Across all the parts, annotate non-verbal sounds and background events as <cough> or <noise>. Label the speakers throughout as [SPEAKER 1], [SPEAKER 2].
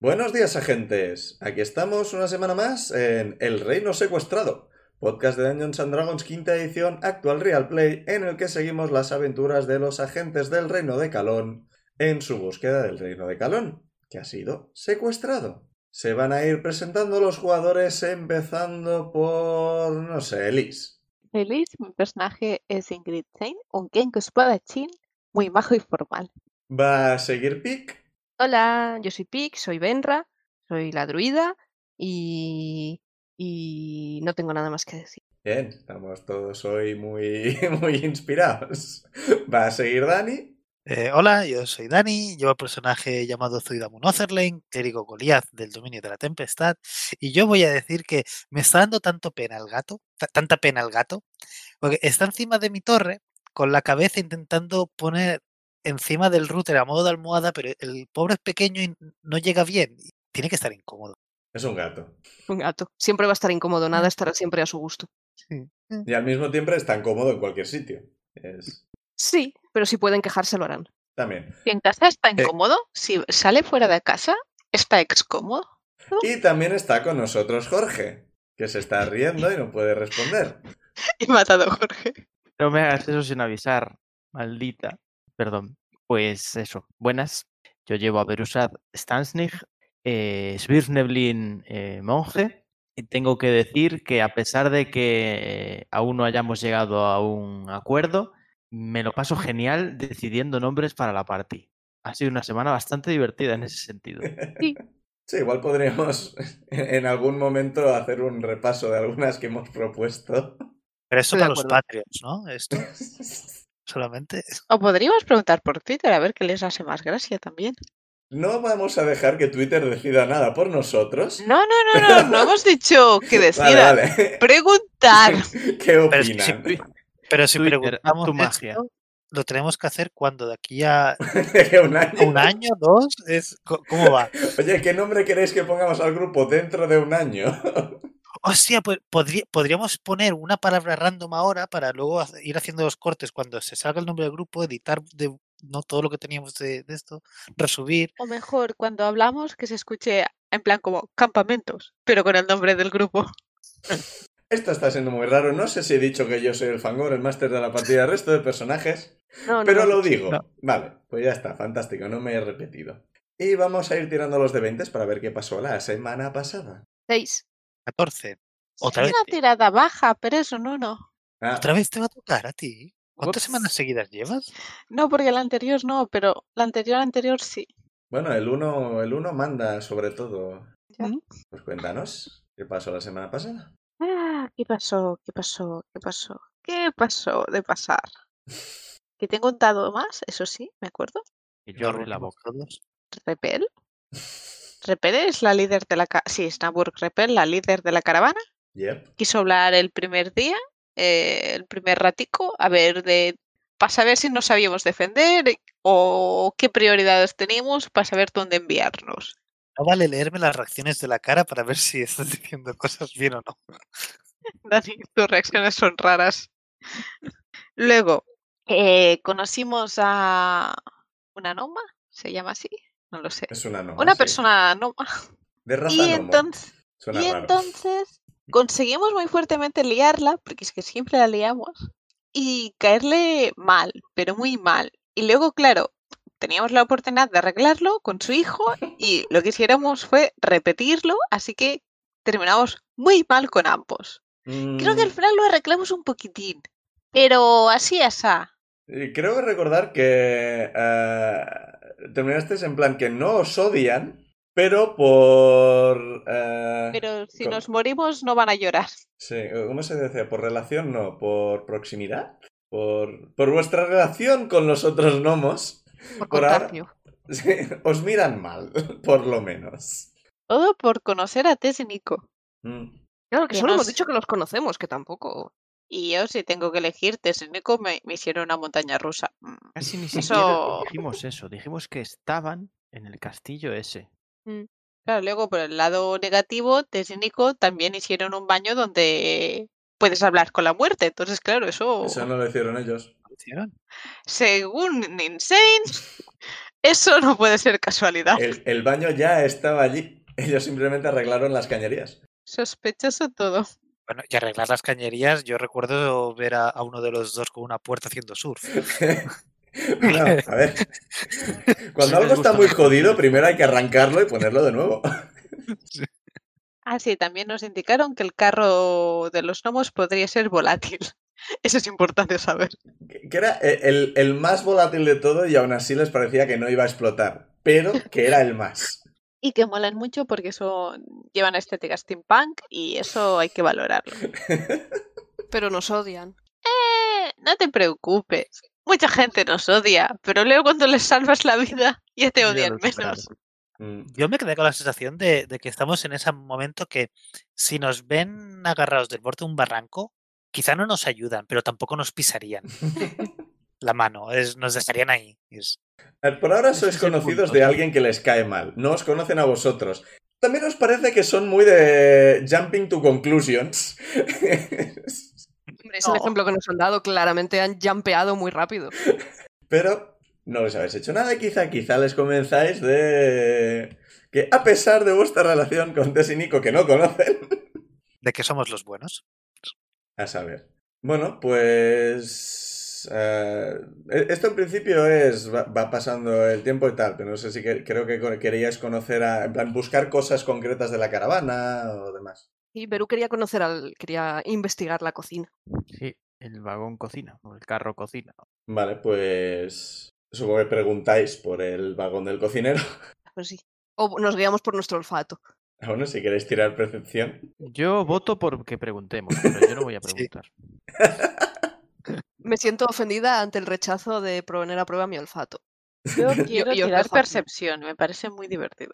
[SPEAKER 1] Buenos días, agentes. Aquí estamos una semana más en El Reino Secuestrado, podcast de Dungeons and Dragons quinta edición actual Real Play, en el que seguimos las aventuras de los agentes del Reino de Calón en su búsqueda del Reino de Calón, que ha sido secuestrado. Se van a ir presentando los jugadores empezando por, no sé, Elise.
[SPEAKER 2] Elise, mi personaje es Ingrid Zane, un Kenko espadachín muy majo y formal.
[SPEAKER 1] Va a seguir Pic.
[SPEAKER 3] Hola, yo soy Pic, soy Benra, soy la druida y, y no tengo nada más que decir.
[SPEAKER 1] Bien, estamos todos hoy muy, <laughs> muy inspirados. Va a seguir Dani.
[SPEAKER 4] Eh, hola, yo soy Dani, llevo al personaje llamado Zuidamun Otherlane, clérigo Goliath del dominio de la tempestad, y yo voy a decir que me está dando tanto pena al gato, ta- tanta pena al gato, porque está encima de mi torre con la cabeza intentando poner encima del router a modo de almohada, pero el pobre es pequeño y no llega bien. Tiene que estar incómodo.
[SPEAKER 1] Es un gato.
[SPEAKER 3] Un gato. Siempre va a estar incómodo,
[SPEAKER 2] Mm.
[SPEAKER 3] nada estará siempre a su gusto.
[SPEAKER 1] Y al mismo tiempo es tan cómodo en cualquier sitio. Es...
[SPEAKER 3] Sí, pero si pueden quejarse lo
[SPEAKER 1] <laughs>
[SPEAKER 3] harán.
[SPEAKER 1] También.
[SPEAKER 2] Si en casa está
[SPEAKER 4] Eh.
[SPEAKER 2] incómodo, si sale fuera de casa, está excómodo.
[SPEAKER 1] Y también está con nosotros Jorge, que se está riendo y no puede responder.
[SPEAKER 2] He matado a Jorge.
[SPEAKER 5] No me hagas eso sin avisar, maldita. Perdón. Pues eso, buenas. Yo llevo a Berusad Stansnig, eh, Svirneblin eh, monje. Y tengo que decir que a pesar de que aún no hayamos llegado a un acuerdo, me lo paso genial decidiendo nombres para la party. Ha sido una semana bastante divertida en ese sentido.
[SPEAKER 1] Sí, igual podríamos <laughs> en algún momento hacer un repaso de algunas que hemos propuesto.
[SPEAKER 4] Pero eso
[SPEAKER 3] Estoy de
[SPEAKER 4] para los
[SPEAKER 3] acuerdo.
[SPEAKER 4] Patreons, ¿no?
[SPEAKER 5] <laughs>
[SPEAKER 4] Esto solamente.
[SPEAKER 2] O podríamos preguntar por Twitter a ver qué les hace más gracia también.
[SPEAKER 1] No vamos a dejar que Twitter decida nada por nosotros.
[SPEAKER 2] No, no, no, no,
[SPEAKER 3] <laughs>
[SPEAKER 2] no hemos dicho que
[SPEAKER 1] Vale,
[SPEAKER 2] decidan.
[SPEAKER 1] vale. <laughs>
[SPEAKER 2] Preguntar.
[SPEAKER 1] ¿Qué
[SPEAKER 4] Pero es que si
[SPEAKER 1] <laughs> opinan?
[SPEAKER 4] Pero si
[SPEAKER 5] Twitter, haz
[SPEAKER 4] preguntamos
[SPEAKER 5] tu magia.
[SPEAKER 4] esto, lo tenemos que hacer cuando de aquí a
[SPEAKER 1] ¿Que un año?
[SPEAKER 4] un año, dos, es co- ¿cómo va?
[SPEAKER 1] Oye, ¿qué nombre queréis que pongamos al grupo dentro de un año? <laughs>
[SPEAKER 4] Hostia, pues podri- podríamos poner una palabra random ahora para luego hace- ir haciendo los cortes cuando se salga el nombre del grupo, editar de, no todo lo que teníamos de, de esto, resubir.
[SPEAKER 2] O mejor, cuando hablamos, que se escuche en plan como campamentos, pero con el nombre del grupo.
[SPEAKER 1] Esto está siendo muy raro. No sé si he dicho que yo soy el fangor, el máster de la partida, el resto de personajes.
[SPEAKER 3] No, no,
[SPEAKER 1] Pero
[SPEAKER 3] no.
[SPEAKER 1] lo digo.
[SPEAKER 5] No.
[SPEAKER 1] Vale, pues ya está, fantástico, no me he repetido. Y vamos a ir tirando los de 20 para ver qué pasó la semana pasada.
[SPEAKER 3] Seis.
[SPEAKER 4] 14. Otra
[SPEAKER 2] es
[SPEAKER 4] vez,
[SPEAKER 2] una tirada baja, pero eso no, no.
[SPEAKER 1] Ah,
[SPEAKER 4] otra vez te va a tocar a ti. ¿Cuántas
[SPEAKER 5] Ups.
[SPEAKER 4] semanas seguidas llevas?
[SPEAKER 2] No, porque la anterior no, pero la anterior anterior sí.
[SPEAKER 1] bueno, el uno, el uno manda sobre todo.
[SPEAKER 2] Ya.
[SPEAKER 1] Pues cuéntanos qué pasó la semana pasada. <laughs>
[SPEAKER 2] Ah, ¿qué pasó? ¿Qué pasó? ¿Qué pasó? ¿Qué pasó de pasar? Que tengo un dado más, eso sí, me acuerdo.
[SPEAKER 5] Y yo abrí la
[SPEAKER 4] Dormimos
[SPEAKER 5] boca.
[SPEAKER 4] todos.
[SPEAKER 2] Repel. Repel es la líder de la... ca- Sí, es Naburg Repel, la líder de la caravana.
[SPEAKER 1] Yep.
[SPEAKER 2] Quiso hablar el primer día, eh, el primer ratico, a ver de... Para saber si nos sabíamos defender eh, o qué prioridades teníamos para saber dónde enviarnos.
[SPEAKER 4] No vale leerme las reacciones de la cara para ver si estás diciendo cosas bien o no.
[SPEAKER 2] Dani, tus reacciones son raras. Luego, eh, conocimos a una noma, se llama así, no lo sé.
[SPEAKER 1] Es una noma.
[SPEAKER 2] Una
[SPEAKER 1] sí.
[SPEAKER 2] persona noma.
[SPEAKER 1] De raza
[SPEAKER 2] Y
[SPEAKER 1] gnomo.
[SPEAKER 2] entonces,
[SPEAKER 1] Suena
[SPEAKER 2] y
[SPEAKER 1] raro.
[SPEAKER 2] entonces conseguimos muy fuertemente liarla, porque es que siempre la liamos, y caerle mal, pero muy mal. Y luego, claro, teníamos la oportunidad de arreglarlo con su hijo y lo que hiciéramos fue repetirlo, así que terminamos muy mal con ambos. Creo que al
[SPEAKER 1] Mm,
[SPEAKER 2] final lo arreglamos un poquitín. Pero así ah. asá.
[SPEAKER 1] y Creo recordar que eh, terminaste en plan que no os odian, pero por... eh,
[SPEAKER 2] Pero si
[SPEAKER 1] Con-
[SPEAKER 2] nos morimos no van a llorar.
[SPEAKER 1] Sí, eh, ¿cómo se dice? ¿Por relación? No, por proximidad. Por, por vuestra relación con los otros gnomos. <laughs>
[SPEAKER 3] Por
[SPEAKER 1] Por ahora-
[SPEAKER 3] contagio.
[SPEAKER 1] Sí, os miran mal, <laughs> por lo menos.
[SPEAKER 2] Todo por conocer a Tess y Nico.
[SPEAKER 1] Mm.
[SPEAKER 3] Claro, que
[SPEAKER 2] que
[SPEAKER 3] solo
[SPEAKER 2] no
[SPEAKER 3] hemos
[SPEAKER 2] sé.
[SPEAKER 3] dicho que los conocemos, que tampoco.
[SPEAKER 2] Y yo, si tengo que elegir, Tess y Nico me, me hicieron una montaña rusa. Mm,
[SPEAKER 5] Casi ni
[SPEAKER 2] Eso-
[SPEAKER 5] siquiera dijimos eso. Dijimos que estaban en el castillo ese.
[SPEAKER 2] Claro, luego por el lado negativo, Tess y Nico también hicieron un baño donde puedes hablar con la muerte. Entonces, claro, eso,
[SPEAKER 1] Eso no lo hicieron ellos.
[SPEAKER 4] ¿Lo hicieron?
[SPEAKER 2] según Insane, eso no puede ser casualidad.
[SPEAKER 1] El, el baño ya estaba allí. Ellos simplemente arreglaron las cañerías. <laughs>
[SPEAKER 2] Sospechoso todo.
[SPEAKER 4] Bueno, y arreglar las cañerías, yo recuerdo ver a, a uno de los dos con una puerta haciendo surf.
[SPEAKER 1] No, a ver. Cuando
[SPEAKER 5] Sí,
[SPEAKER 1] algo
[SPEAKER 5] les
[SPEAKER 1] está
[SPEAKER 5] gustan
[SPEAKER 1] muy
[SPEAKER 5] los
[SPEAKER 1] jodido,
[SPEAKER 5] cocidos.
[SPEAKER 1] primero hay que arrancarlo y ponerlo de nuevo. <laughs>
[SPEAKER 2] Ah, sí, también nos indicaron que el carro de los gnomos podría ser volátil. <laughs> Eso es importante saber.
[SPEAKER 1] Que que era e, el, el más volátil de todo y aún así les parecía que no iba a explotar. Pero que era el más.
[SPEAKER 2] Y que molan mucho porque son, llevan estética steampunk y eso hay que valorarlo.
[SPEAKER 3] Pero nos odian.
[SPEAKER 2] Eh, no te preocupes. Mucha gente nos odia, pero luego cuando les salvas la vida ya te
[SPEAKER 5] Ya lo
[SPEAKER 2] odian
[SPEAKER 5] superaron.
[SPEAKER 2] <laughs> menos.
[SPEAKER 1] Mm.
[SPEAKER 4] Yo me quedé con la sensación de, de que estamos en ese momento que si nos ven agarrados del borde de un barranco, quizá no nos ayudan, pero tampoco nos pisarían la mano, es- nos dejarían ahí. Es-
[SPEAKER 1] A ver, Por ahora
[SPEAKER 5] Ese
[SPEAKER 1] sois
[SPEAKER 5] es el
[SPEAKER 1] conocidos
[SPEAKER 5] punto,
[SPEAKER 1] de
[SPEAKER 5] sí.
[SPEAKER 1] alguien que les cae mal. No os conocen a vosotros. También os parece que son muy de jumping to conclusions. <laughs>
[SPEAKER 3] Hombre, es el
[SPEAKER 2] No.
[SPEAKER 3] ejemplo que nos han dado. Claramente han jumpeado muy rápido.
[SPEAKER 1] Pero no les habéis hecho nada y quizá, quizá les comenzáis de... Que a pesar de vuestra relación con Tess y Nico, que no conocen, <laughs>
[SPEAKER 4] de que somos los buenos.
[SPEAKER 1] A saber. Bueno, pues... eh, esto en principio es... Va, va pasando el tiempo y tal, pero no sé si que- creo que co- queríais conocer a... En plan, buscar cosas concretas de la caravana o demás.
[SPEAKER 3] Y Perú quería conocer al. Quería investigar la cocina.
[SPEAKER 5] Sí, el vagón cocina, o el carro cocina.
[SPEAKER 1] Vale, pues... Supongo que preguntáis por el vagón del cocinero. <laughs>
[SPEAKER 3] Pues sí. O nos guiamos por nuestro olfato.
[SPEAKER 1] Ah, Bueno, si queréis tirar percepción.
[SPEAKER 3] Mm.
[SPEAKER 5] Yo voto por que preguntemos, pero yo
[SPEAKER 3] <laughs>
[SPEAKER 5] no voy a
[SPEAKER 4] Sí.
[SPEAKER 5] preguntar.
[SPEAKER 3] Me siento ofendida ante el rechazo de poner a prueba mi olfato.
[SPEAKER 2] <laughs> Yo
[SPEAKER 3] quiero
[SPEAKER 2] quiero
[SPEAKER 3] tirar
[SPEAKER 2] tirar
[SPEAKER 3] percepción,
[SPEAKER 2] percepción, me parece muy divertido.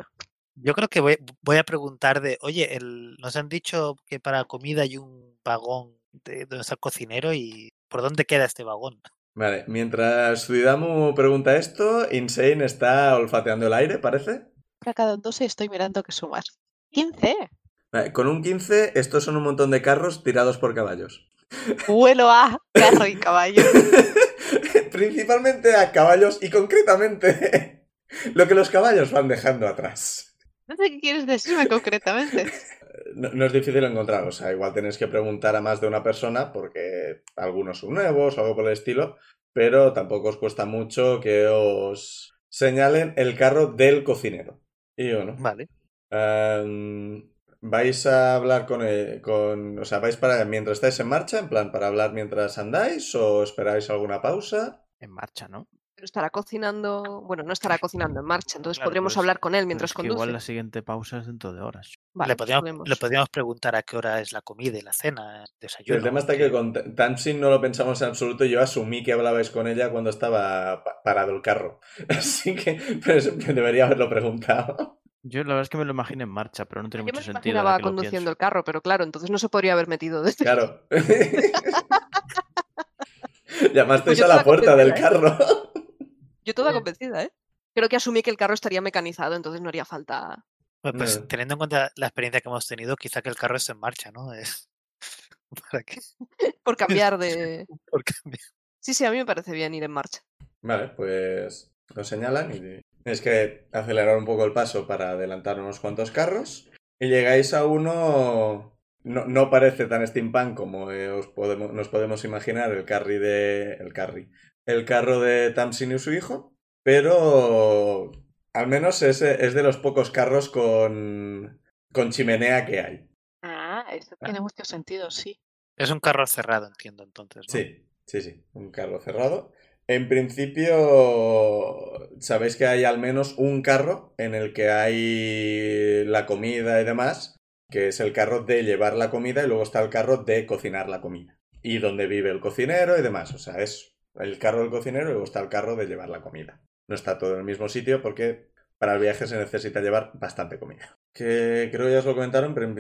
[SPEAKER 4] Yo creo que voy, voy a preguntar de, oye, el- nos han dicho que para comida hay un vagón de donde está el cocinero y ¿por dónde queda este vagón?
[SPEAKER 1] Vale, mientras Zuidamu pregunta esto, Insane está olfateando el aire, parece.
[SPEAKER 2] Para cada 12 estoy mirando que sumar. 15.
[SPEAKER 1] Vale, con un 15, estos son un montón de carros tirados por caballos. <laughs>
[SPEAKER 2] Vuelo a carro y caballo.
[SPEAKER 1] Principalmente a caballos y concretamente <laughs> lo que los caballos van dejando atrás.
[SPEAKER 2] <laughs> No sé qué quieres decirme concretamente.
[SPEAKER 1] No, no es difícil encontrarlos, o sea, igual tenéis que preguntar a más de una persona porque algunos son nuevos o algo por el estilo, pero tampoco os cuesta mucho que os señalen el carro del cocinero. Y bueno,
[SPEAKER 4] Vale.
[SPEAKER 1] em, vais a hablar con, eh, con... O sea, vais para... Mientras estáis en marcha, en plan, para hablar mientras andáis o esperáis alguna pausa.
[SPEAKER 5] En marcha, ¿no?
[SPEAKER 3] Pero estará cocinando. Bueno, no estará cocinando en marcha, entonces
[SPEAKER 5] Claro,
[SPEAKER 3] podremos
[SPEAKER 5] pero es-
[SPEAKER 3] hablar con él
[SPEAKER 5] Pero
[SPEAKER 3] mientras
[SPEAKER 5] es que
[SPEAKER 3] conduce.
[SPEAKER 5] igual la siguiente pausa es dentro de horas.
[SPEAKER 3] Vale, pues
[SPEAKER 4] le, podríamos,
[SPEAKER 3] podemos.
[SPEAKER 4] le podríamos preguntar a qué hora es la comida y la cena, el desayuno.
[SPEAKER 1] el tema está que con T- Tamsin no lo pensamos en absoluto. Yo asumí que hablabais con ella cuando estaba pa- parado el carro. <laughs> Así que pero eso me debería haberlo preguntado.
[SPEAKER 5] Yo la verdad es que me lo imagino en marcha, pero no tiene
[SPEAKER 3] Yo me lo
[SPEAKER 5] mucho sentido.
[SPEAKER 3] imaginaba
[SPEAKER 5] ahora que lo
[SPEAKER 3] conduciendo
[SPEAKER 5] pienso.
[SPEAKER 3] el carro, pero claro, entonces no se podría haber metido desde
[SPEAKER 1] Claro. <laughs> Llamasteis
[SPEAKER 3] Pues yo
[SPEAKER 1] a la
[SPEAKER 3] estaba
[SPEAKER 1] puerta del
[SPEAKER 3] convencida,
[SPEAKER 1] carro.
[SPEAKER 3] <laughs> Yo toda convencida, ¿eh? Creo que asumí que el carro estaría mecanizado, entonces no haría falta. <laughs>
[SPEAKER 4] Pues, pues,
[SPEAKER 1] Mm.
[SPEAKER 4] teniendo en cuenta la experiencia que hemos tenido, quizá que el carro esté en marcha, ¿no? Es <laughs> para que
[SPEAKER 3] Por cambiar de.
[SPEAKER 4] <laughs> por cambiar.
[SPEAKER 3] Sí, sí, a mí me parece bien ir en marcha.
[SPEAKER 1] Vale, pues lo señalan y es que acelerar un poco el paso para adelantar unos cuantos carros y llegáis a uno no, no parece tan steampunk como eh, os podemos, nos podemos imaginar el carry de el carry el carro de Tamsin y su hijo pero al menos es, eh, es de los pocos carros con con chimenea que hay
[SPEAKER 2] Ah, esto tiene mucho sentido, sí.
[SPEAKER 4] Es un carro cerrado, entiendo, entonces. ¿no?
[SPEAKER 1] Sí, sí, sí, un carro cerrado. En principio, sabéis que hay al menos un carro en el que hay la comida y demás, que es el carro de llevar la comida y luego está el carro de cocinar la comida. Y donde vive el cocinero y demás, o sea, es el carro del cocinero y luego está el carro de llevar la comida. No está todo en el mismo sitio porque para el viaje se necesita llevar bastante comida. Que creo que ya os lo comentaron, pero en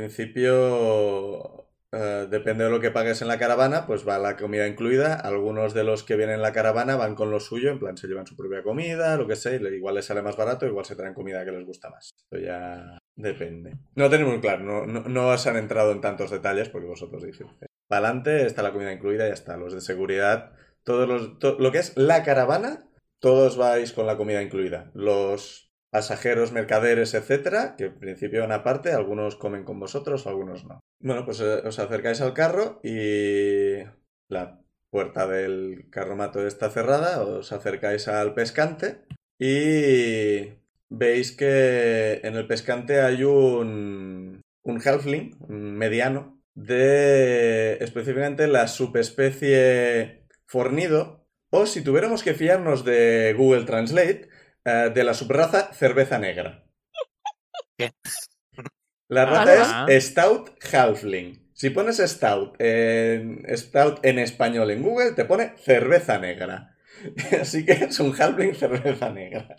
[SPEAKER 1] principio eh, depende de lo que pagues en la caravana, pues va la comida incluida. Algunos de los que vienen en la caravana van con lo suyo, en plan se llevan su propia comida, lo que sea, y le- igual les sale más barato, igual se traen comida que les gusta más. Esto ya depende. No tenemos muy claro, no, no, no os han entrado en tantos detalles porque vosotros dijisteis. Para adelante está la comida incluida y ya está. Los de seguridad, todos los, to- lo que es la caravana, todos vais con la comida incluida. Los pasajeros, mercaderes, etcétera, que en principio van aparte, algunos comen con vosotros, algunos no. Bueno, pues eh, os acercáis al carro y la puerta del carromato está cerrada, os acercáis al pescante y veis que en el pescante hay un, un halfling, un mediano, de específicamente la subespecie fornido, o si tuviéramos que fiarnos de Google Translate, eh, de la subraza cerveza negra.
[SPEAKER 4] Bien.
[SPEAKER 1] La
[SPEAKER 5] Ah.
[SPEAKER 1] raza es Stout Halfling. Si pones Stout en, Stout en español en Google, te pone cerveza negra. <laughs> Así que es un Halfling cerveza negra.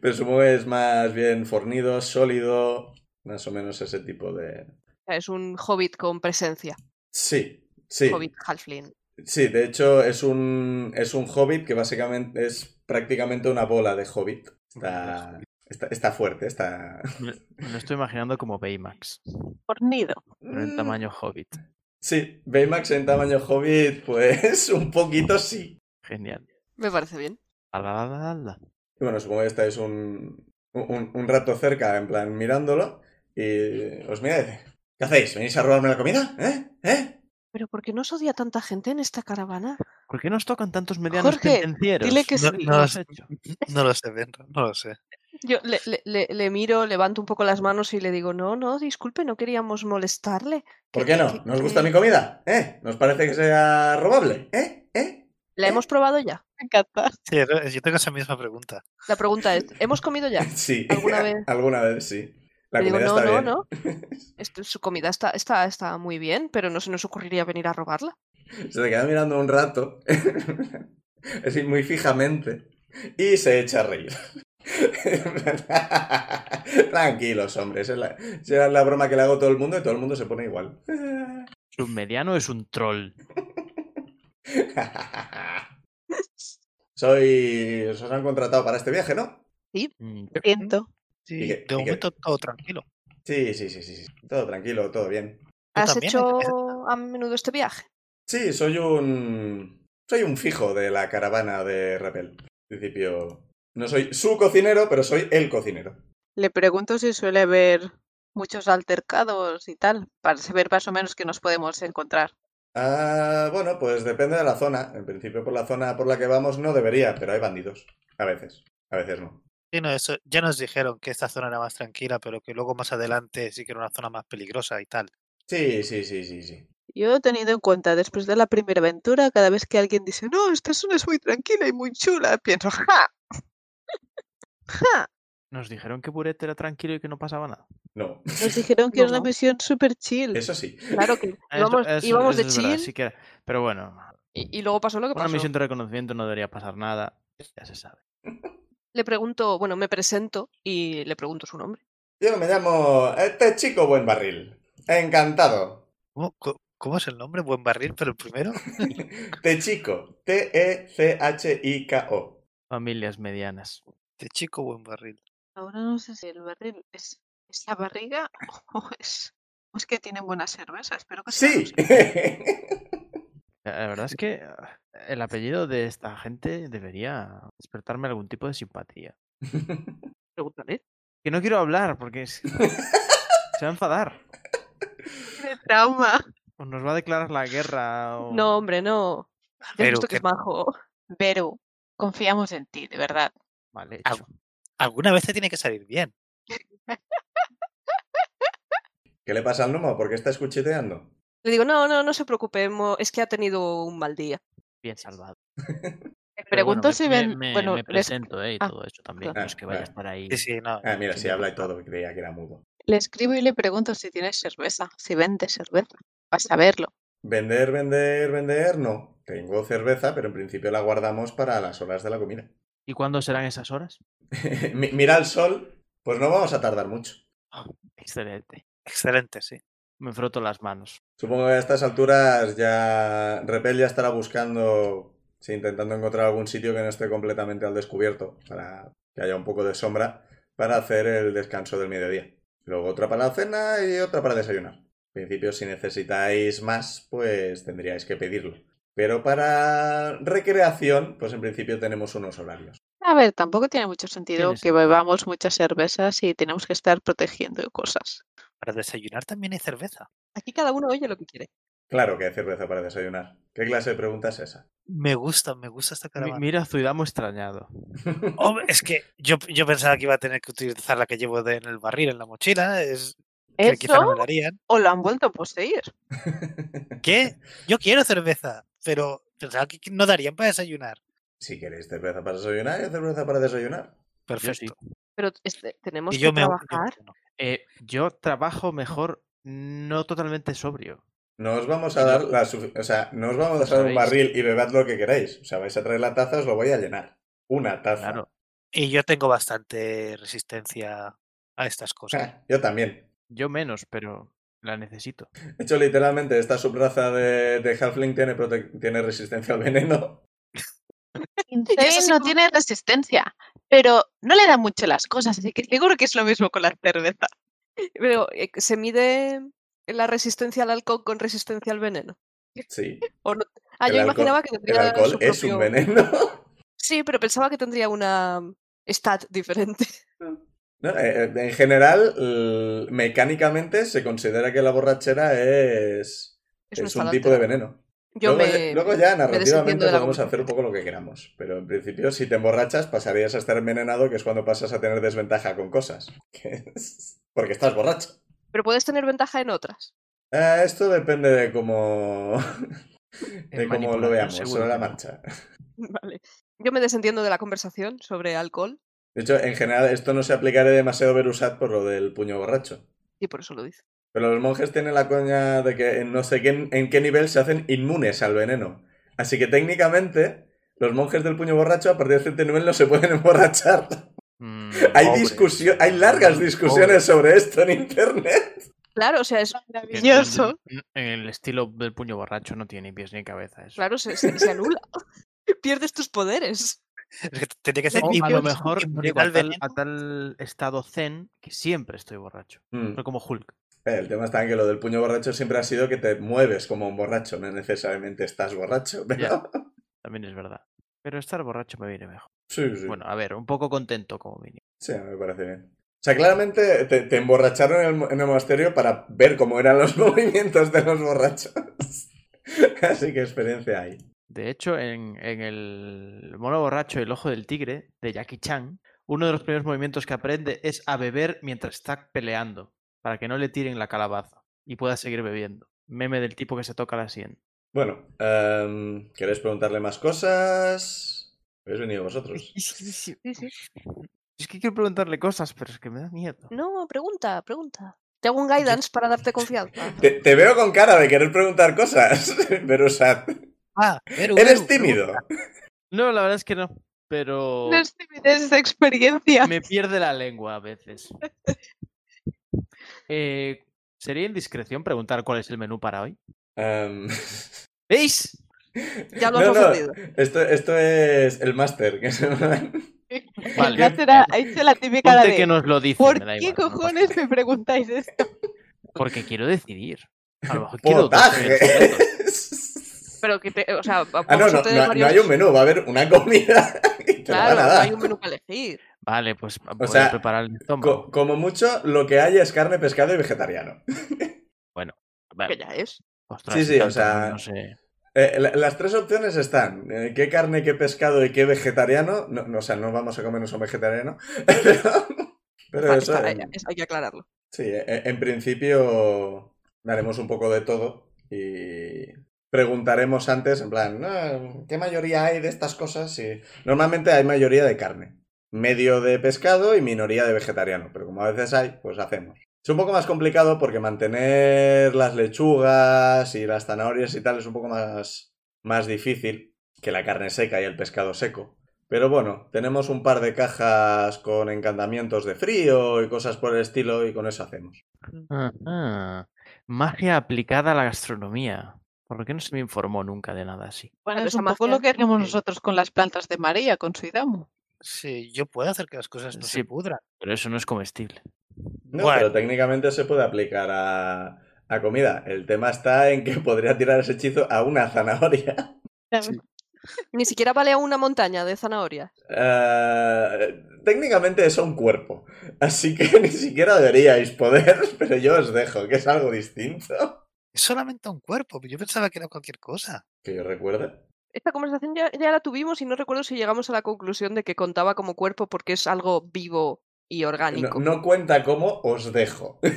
[SPEAKER 1] Presumo que es más bien fornido, sólido, más o menos ese tipo de...
[SPEAKER 3] O sea, Es un hobbit con presencia.
[SPEAKER 1] Sí, sí.
[SPEAKER 3] Hobbit Halfling.
[SPEAKER 1] Sí, de hecho es un, es un hobbit que básicamente es prácticamente una bola de hobbit. Está, está, está fuerte, está...
[SPEAKER 5] Me me lo estoy imaginando como Baymax,
[SPEAKER 6] Fornido.
[SPEAKER 1] <laughs>
[SPEAKER 5] pero
[SPEAKER 3] Mm.
[SPEAKER 5] en tamaño hobbit.
[SPEAKER 1] Sí, Baymax en tamaño hobbit, pues <laughs> un poquito sí.
[SPEAKER 5] Genial. Ah,
[SPEAKER 3] Me parece bien.
[SPEAKER 5] Ala, ala, ala.
[SPEAKER 1] Y bueno, supongo que estáis un, un, un rato cerca, en plan mirándolo, y os mira y dice, ¿qué hacéis? ¿Venís a robarme la comida? ¿Eh? ¿Eh?
[SPEAKER 3] ¿Pero por qué nos odia tanta gente en esta caravana?
[SPEAKER 5] ¿Por qué nos tocan tantos medianos
[SPEAKER 6] Jorge,
[SPEAKER 5] penitencieros?
[SPEAKER 6] dile que
[SPEAKER 4] No,
[SPEAKER 5] ¿Qué
[SPEAKER 6] sí.
[SPEAKER 4] no lo
[SPEAKER 5] has
[SPEAKER 4] sé,
[SPEAKER 5] hecho?
[SPEAKER 4] no lo sé, Benra, no lo sé.
[SPEAKER 3] Yo le, le- le- le miro, levanto un poco las manos y le digo, no, no, disculpe, no queríamos molestarle.
[SPEAKER 1] ¿Por
[SPEAKER 3] Que-
[SPEAKER 1] qué
[SPEAKER 3] que-
[SPEAKER 1] no? ¿Nos gusta
[SPEAKER 3] que-
[SPEAKER 1] mi comida? ¿Eh? ¿Nos parece que sea robable? ¿Eh? ¿Eh?
[SPEAKER 3] ¿La hemos probado ya?
[SPEAKER 6] Me encanta.
[SPEAKER 4] Sí, yo- yo tengo esa misma pregunta.
[SPEAKER 3] La pregunta
[SPEAKER 1] <laughs>
[SPEAKER 3] es, ¿hemos comido ya?
[SPEAKER 1] Sí.
[SPEAKER 3] ¿Alguna vez?
[SPEAKER 1] <laughs> Alguna vez sí. La
[SPEAKER 3] Le digo,
[SPEAKER 1] comida
[SPEAKER 3] no,
[SPEAKER 1] está
[SPEAKER 3] no,
[SPEAKER 1] bien.
[SPEAKER 3] no.
[SPEAKER 1] <laughs>
[SPEAKER 3] Esto- su comida está, está, está muy bien, pero no se nos ocurriría venir a robarla.
[SPEAKER 1] Se te queda mirando un rato, <laughs> así muy fijamente, y se echa a reír. <laughs> Tranquilos, hombres. Es la, es la broma que le hago a todo el mundo y todo el mundo se pone igual. <laughs>
[SPEAKER 5] Un mediano es un troll.
[SPEAKER 1] Soy. Os han contratado para este viaje, ¿no?
[SPEAKER 5] Mm,
[SPEAKER 6] Siento.
[SPEAKER 4] Sí,
[SPEAKER 1] ¿Y qué- y
[SPEAKER 4] de
[SPEAKER 1] qué?
[SPEAKER 4] momento todo tranquilo.
[SPEAKER 1] Sí, sí, sí, sí. sí. Todo tranquilo, todo bien.
[SPEAKER 4] Tú
[SPEAKER 3] ¿Has
[SPEAKER 4] también,
[SPEAKER 3] hecho a menudo este viaje?
[SPEAKER 1] Sí, soy un. Soy un fijo de la caravana de Repel. En principio. No soy su cocinero, pero soy el cocinero.
[SPEAKER 6] Le pregunto si suele haber muchos altercados y tal, para saber más o menos qué nos podemos encontrar.
[SPEAKER 1] Ah, bueno, pues depende de la zona. En principio, por la zona por la que vamos no debería, pero hay bandidos. A veces. A veces no.
[SPEAKER 4] Sí, no, eso, ya nos dijeron que esta zona era más tranquila, pero que luego más adelante sí que era una zona más peligrosa y tal.
[SPEAKER 1] Sí, sí, sí, sí, sí.
[SPEAKER 6] Yo he tenido en cuenta, después de la primera aventura, cada vez que alguien dice, no, esta zona es muy tranquila y muy chula, pienso, ¡ja! ¡Ja!
[SPEAKER 5] Nos dijeron que Burete era tranquilo y que no pasaba nada.
[SPEAKER 1] No. <laughs>
[SPEAKER 6] Nos dijeron que
[SPEAKER 3] No,
[SPEAKER 6] es una
[SPEAKER 3] no.
[SPEAKER 6] misión súper chill.
[SPEAKER 1] Eso sí.
[SPEAKER 3] Claro
[SPEAKER 4] <laughs>
[SPEAKER 3] que
[SPEAKER 5] Eso-
[SPEAKER 3] íbamos,
[SPEAKER 5] eso-
[SPEAKER 3] íbamos
[SPEAKER 5] eso
[SPEAKER 3] de
[SPEAKER 5] es verdad,
[SPEAKER 3] chill
[SPEAKER 5] sí que era- Pero bueno,
[SPEAKER 3] y, y luego pasó lo que
[SPEAKER 5] una
[SPEAKER 3] pasó.
[SPEAKER 5] misión de reconocimiento no debería pasar nada. Ya se sabe.
[SPEAKER 3] Le pregunto, bueno, me presento y le pregunto su nombre.
[SPEAKER 1] Yo me llamo. Este chico buen barril. Encantado. <laughs>
[SPEAKER 4] ¿Cómo, co- cómo es el nombre? Buen barril, pero el primero.
[SPEAKER 1] Te chico. E T-E-C-H-I-K-O.
[SPEAKER 5] Familias medianas.
[SPEAKER 4] De chico, buen barril.
[SPEAKER 6] Ahora no sé si el barril es, es la barriga <laughs> o es, o es que tienen buenas cervezas, pero que sea, no
[SPEAKER 1] Sí.
[SPEAKER 6] sé.
[SPEAKER 5] La la verdad es que ah, el apellido de esta gente debería despertarme algún tipo de simpatía.
[SPEAKER 3] Pregúntale.
[SPEAKER 5] Que no quiero hablar porque es- se va a enfadar.
[SPEAKER 6] Tiene trauma.
[SPEAKER 5] O nos va a declarar la guerra. O...
[SPEAKER 3] No, hombre, no. Ya has
[SPEAKER 4] Pero
[SPEAKER 3] visto que,
[SPEAKER 4] que-
[SPEAKER 3] es majo.
[SPEAKER 6] Vero, confiamos en ti, de verdad.
[SPEAKER 5] Mal hecho.
[SPEAKER 4] Au. Alguna vez te tiene que salir bien.
[SPEAKER 1] <laughs> ¿Qué le pasa al gnomo? ¿Por qué está escuchiteando?
[SPEAKER 3] Le digo, no, no, no se preocupe, mo- es que ha tenido un mal día.
[SPEAKER 5] Bien salvado.
[SPEAKER 6] Le
[SPEAKER 5] Pero
[SPEAKER 6] pregunto
[SPEAKER 5] bueno, me-
[SPEAKER 6] si
[SPEAKER 5] me-
[SPEAKER 6] ven.
[SPEAKER 5] Me,
[SPEAKER 6] bueno,
[SPEAKER 5] me
[SPEAKER 6] les,
[SPEAKER 5] presento, eh, y
[SPEAKER 6] Ah,
[SPEAKER 5] todo eso también.
[SPEAKER 1] claro.
[SPEAKER 5] No es que vaya a
[SPEAKER 1] Vale.
[SPEAKER 5] estar ahí.
[SPEAKER 4] Sí, sí, no.
[SPEAKER 1] Ah, mira,
[SPEAKER 5] Sí,
[SPEAKER 1] sí habla y
[SPEAKER 5] preocupa.
[SPEAKER 1] todo. Creía que era mudo.
[SPEAKER 6] le escribo y le pregunto si tienes cerveza, si vende cerveza, para saberlo.
[SPEAKER 1] Vender, vender, vender, no. Tengo cerveza, pero en principio la guardamos para las horas de la comida. <laughs>
[SPEAKER 5] ¿Y cuándo serán esas horas?
[SPEAKER 1] Mi- Mira el sol, pues no vamos a tardar mucho.
[SPEAKER 5] Excelente.
[SPEAKER 4] Excelente, sí.
[SPEAKER 5] Me froto las manos.
[SPEAKER 1] Supongo que a estas alturas ya Repel ya estará buscando, sí, intentando encontrar algún sitio que no esté completamente al descubierto, para que haya un poco de sombra, para hacer el descanso del mediodía. Luego otra para la cena y otra para desayunar. En principio, si necesitáis más, pues tendríais que pedirlo. Pero para recreación, pues en principio tenemos unos horarios.
[SPEAKER 6] A ver, tampoco tiene mucho sentido
[SPEAKER 5] Tiene
[SPEAKER 6] que
[SPEAKER 5] sentido.
[SPEAKER 6] bebamos muchas cervezas y tenemos que estar protegiendo cosas.
[SPEAKER 4] Para desayunar también hay cerveza.
[SPEAKER 3] Aquí cada uno oye lo que quiere.
[SPEAKER 1] Claro que hay cerveza para desayunar. ¿Qué clase de pregunta es esa?
[SPEAKER 4] Me gusta, me gusta esta
[SPEAKER 5] Mi-
[SPEAKER 4] caravana.
[SPEAKER 5] Mira, Zuidamo extrañado.
[SPEAKER 4] Hombre, es que yo, yo pensaba que iba a tener que utilizar la que llevo de- en el barril, en la mochila. Es, que quizá no
[SPEAKER 6] ¿Eso?
[SPEAKER 4] me darían.
[SPEAKER 6] ¿O lo han vuelto a poseer?
[SPEAKER 5] <laughs>
[SPEAKER 4] ¿Qué? Yo quiero cerveza, pero pensaba que no darían para desayunar.
[SPEAKER 1] <laughs> si queréis cerveza para desayunar, hay cerveza para desayunar.
[SPEAKER 5] Yo sí.
[SPEAKER 4] Perfecto.
[SPEAKER 3] Pero este, tenemos
[SPEAKER 4] Y
[SPEAKER 3] que
[SPEAKER 4] yo me yo me
[SPEAKER 3] trabajar.
[SPEAKER 4] uno.
[SPEAKER 5] Eh, yo trabajo mejor no totalmente sobrio.
[SPEAKER 1] No os vamos a dar la sufi- O sea, no os vamos a dar un
[SPEAKER 5] Sabéis.
[SPEAKER 1] barril y bebed lo que queráis. O sea, vais a traer la taza, os lo voy a llenar. Una taza.
[SPEAKER 5] Claro.
[SPEAKER 4] Y yo tengo bastante resistencia a estas cosas.
[SPEAKER 1] Ja, Yo también.
[SPEAKER 5] Yo menos, pero
[SPEAKER 1] <laughs>
[SPEAKER 5] la necesito.
[SPEAKER 1] De hecho, literalmente, esta subraza de, de Halfling tiene, prote- tiene resistencia al veneno.
[SPEAKER 6] Incel
[SPEAKER 3] así
[SPEAKER 6] no
[SPEAKER 3] como-
[SPEAKER 6] tiene resistencia, pero no le da mucho las cosas, así que seguro que es lo mismo con la cerveza.
[SPEAKER 3] Pero eh, se mide la resistencia al alcohol con resistencia al veneno. <laughs>
[SPEAKER 1] Sí.
[SPEAKER 3] O no- Ah,
[SPEAKER 1] El
[SPEAKER 3] yo
[SPEAKER 1] alcohol-
[SPEAKER 3] imaginaba que
[SPEAKER 1] El
[SPEAKER 3] tendría
[SPEAKER 1] alcohol
[SPEAKER 3] su
[SPEAKER 1] es un
[SPEAKER 3] propio-
[SPEAKER 1] veneno. <laughs>
[SPEAKER 3] Sí, pero pensaba que tendría una stat diferente. <laughs>
[SPEAKER 1] No, eh, eh, en general, l- mecánicamente se considera que la borrachera es,
[SPEAKER 3] Es, una
[SPEAKER 1] es un
[SPEAKER 3] estalante.
[SPEAKER 1] tipo de veneno.
[SPEAKER 3] Yo
[SPEAKER 1] luego,
[SPEAKER 3] me-
[SPEAKER 1] luego ya
[SPEAKER 3] desentiendo
[SPEAKER 1] narrativamente
[SPEAKER 3] de la
[SPEAKER 1] podemos hacer
[SPEAKER 3] conversación.
[SPEAKER 1] un poco lo que queramos, pero en principio si te emborrachas pasarías a estar envenenado, que es cuando pasas a tener desventaja con cosas, <laughs> que es- porque estás borracho.
[SPEAKER 3] Pero puedes tener ventaja en otras. <laughs>
[SPEAKER 1] Ah, esto depende de cómo, de cómo lo
[SPEAKER 5] manipulación,
[SPEAKER 1] veamos sobre
[SPEAKER 5] seguro
[SPEAKER 1] la
[SPEAKER 5] que no.
[SPEAKER 1] marcha.
[SPEAKER 3] Vale. Yo me desentiendo de la conversación sobre alcohol
[SPEAKER 1] De hecho, en general esto no se aplicará demasiado Berusat por lo del puño borracho.
[SPEAKER 3] y por eso lo dice.
[SPEAKER 1] Pero los monjes tienen la coña de que en no sé qué, en qué nivel se hacen inmunes al veneno. Así que técnicamente, los monjes del puño borracho a partir de cierto nivel no se pueden <laughs> emborrachar.
[SPEAKER 5] Mm,
[SPEAKER 1] Hay
[SPEAKER 5] pobres,
[SPEAKER 1] discusión, hay largas
[SPEAKER 5] pobres.
[SPEAKER 1] discusiones sobre esto en internet.
[SPEAKER 3] Claro, o sea, es,
[SPEAKER 5] Que no-
[SPEAKER 6] Maravilloso. <laughs>
[SPEAKER 5] n- El estilo del puño borracho no tiene ni pies ni cabeza. eso.
[SPEAKER 3] claro, se, se- se anula. <laughs> Pierdes tus poderes.
[SPEAKER 4] Es que tendría que ser
[SPEAKER 5] O a
[SPEAKER 4] inmune-
[SPEAKER 5] lo mejor
[SPEAKER 4] inmune
[SPEAKER 5] llego a
[SPEAKER 4] al
[SPEAKER 5] tal,
[SPEAKER 4] veneno.
[SPEAKER 5] a tal estado zen que siempre estoy borracho.
[SPEAKER 1] Mm.
[SPEAKER 5] Soy como Hulk.
[SPEAKER 1] El tema está en que lo del puño borracho siempre ha sido que te mueves como un borracho, no necesariamente estás borracho, <laughs> pero...
[SPEAKER 5] Ya. También es verdad. Pero estar borracho me viene mejor.
[SPEAKER 1] Sí, sí.
[SPEAKER 5] Bueno, a ver, un poco contento como mínimo.
[SPEAKER 1] Sí, me parece bien. O sea, claramente te, te emborracharon en el, mo- en el monasterio para ver cómo eran los <laughs> movimientos de los borrachos. <laughs> Así que experiencia hay.
[SPEAKER 5] De hecho, en, en el mono borracho y el ojo del tigre de Jackie Chan, uno de los primeros movimientos que aprende es a beber mientras está peleando, para que no le tiren la calabaza y pueda seguir bebiendo. Meme del tipo que se toca la sien.
[SPEAKER 1] Bueno, em, ¿queréis preguntarle más cosas? Habéis venido
[SPEAKER 5] <laughs>
[SPEAKER 1] vosotros.
[SPEAKER 3] Sí, sí. Mm.
[SPEAKER 5] Es que quiero preguntarle cosas, pero es que me da miedo.
[SPEAKER 3] No, pregunta, pregunta. Te hago un guidance para darte confianza.
[SPEAKER 1] Te, te veo con cara de querer preguntar cosas, <laughs> pero o sea,
[SPEAKER 4] Ah, Beru, Beru,
[SPEAKER 1] eres tímido.
[SPEAKER 5] No, la verdad es que no, pero <laughs>
[SPEAKER 6] No es timidez, es experiencia.
[SPEAKER 5] me pierde la lengua
[SPEAKER 3] <laughs>
[SPEAKER 5] a veces. Eh, ¿Sería indiscreción preguntar cuál es el menú para hoy?
[SPEAKER 1] Em, <laughs>
[SPEAKER 5] ¿Veis?
[SPEAKER 3] Ya lo has
[SPEAKER 1] No, no.
[SPEAKER 3] ofendido.
[SPEAKER 1] esto, esto es el máster. que se llama.
[SPEAKER 5] Vale.
[SPEAKER 6] Ya será, ha hecho la
[SPEAKER 5] <laughs>
[SPEAKER 6] típica
[SPEAKER 5] Ponte
[SPEAKER 6] de,
[SPEAKER 5] que nos lo dice.
[SPEAKER 6] ¿Por
[SPEAKER 5] me da
[SPEAKER 6] qué
[SPEAKER 5] igual, no pasa
[SPEAKER 6] cojones
[SPEAKER 5] nada".
[SPEAKER 6] me preguntáis esto?
[SPEAKER 5] Porque quiero decidir. A lo
[SPEAKER 1] <laughs>
[SPEAKER 5] mejor quiero dos
[SPEAKER 1] ¡Potaje!
[SPEAKER 5] platos.
[SPEAKER 3] Pero que te, o sea,
[SPEAKER 1] Ah, no,
[SPEAKER 3] vamos a
[SPEAKER 1] no,
[SPEAKER 3] tener
[SPEAKER 1] no, no
[SPEAKER 3] varios-
[SPEAKER 1] hay un menú, va a haber una comida <laughs> y te la
[SPEAKER 3] Claro,
[SPEAKER 1] van a
[SPEAKER 3] no
[SPEAKER 1] dar.
[SPEAKER 3] hay un menú para elegir.
[SPEAKER 5] Vale, pues voy
[SPEAKER 1] sea,
[SPEAKER 5] a preparar el estómago.
[SPEAKER 1] Co- como mucho, lo que hay es carne, pescado y vegetariano.
[SPEAKER 5] Vale,
[SPEAKER 3] Que ya es.
[SPEAKER 5] ostras,
[SPEAKER 1] sí,
[SPEAKER 5] y
[SPEAKER 1] sí, o
[SPEAKER 5] tanto,
[SPEAKER 1] sea-
[SPEAKER 5] No sé.
[SPEAKER 1] Eh, la- las tres opciones están: eh, qué carne, qué pescado y qué vegetariano. No, no, o sea, no vamos a comernos un vegetariano. <laughs> Pero, pero <laughs>
[SPEAKER 3] Ah,
[SPEAKER 1] eso.
[SPEAKER 3] está,
[SPEAKER 1] en-
[SPEAKER 3] eh, eso hay que aclararlo.
[SPEAKER 1] sí, eh, en principio daremos un poco de todo y preguntaremos antes, en plan, "Ah, ¿qué mayoría hay de estas cosas? Y normalmente hay mayoría de carne, medio de pescado y minoría de vegetariano, pero como a veces hay, pues hacemos. Es un poco más complicado porque mantener las lechugas y las zanahorias y tal es un poco más, más difícil que la carne seca y el pescado seco. Pero bueno, tenemos un par de cajas con encantamientos de frío y cosas por el estilo y con eso hacemos.
[SPEAKER 5] Ajá. Ah, Magia aplicada a la gastronomía. ¿Por qué no se me informó nunca de nada así?
[SPEAKER 6] Bueno,
[SPEAKER 3] Pero
[SPEAKER 6] es
[SPEAKER 3] esa
[SPEAKER 6] un poco
[SPEAKER 3] magia-
[SPEAKER 6] lo que haríamos nosotros con las plantas de María, con Suidamu.
[SPEAKER 4] Sí, yo puedo hacer que las cosas no
[SPEAKER 5] Sí.
[SPEAKER 4] se pudran.
[SPEAKER 5] Pero eso no es comestible.
[SPEAKER 1] No,
[SPEAKER 4] Bueno.
[SPEAKER 1] pero técnicamente se puede aplicar a, a comida. El tema está en que <laughs> podría tirar ese hechizo a una zanahoria. <laughs>
[SPEAKER 3] Ni siquiera vale a una montaña de zanahoria.
[SPEAKER 1] Eh, técnicamente es a un cuerpo. Así que <laughs> ni siquiera deberíais poder, <laughs> pero yo os dejo, que es algo distinto.
[SPEAKER 4] Es solamente un cuerpo. Yo pensaba que era cualquier cosa.
[SPEAKER 1] Que yo recuerde.
[SPEAKER 3] Esta conversación ya, ya la tuvimos y no recuerdo si llegamos a la conclusión de que contaba como cuerpo porque es algo vivo y
[SPEAKER 1] No,
[SPEAKER 3] orgánico.
[SPEAKER 1] no cuenta cómo os dejo. <laughs>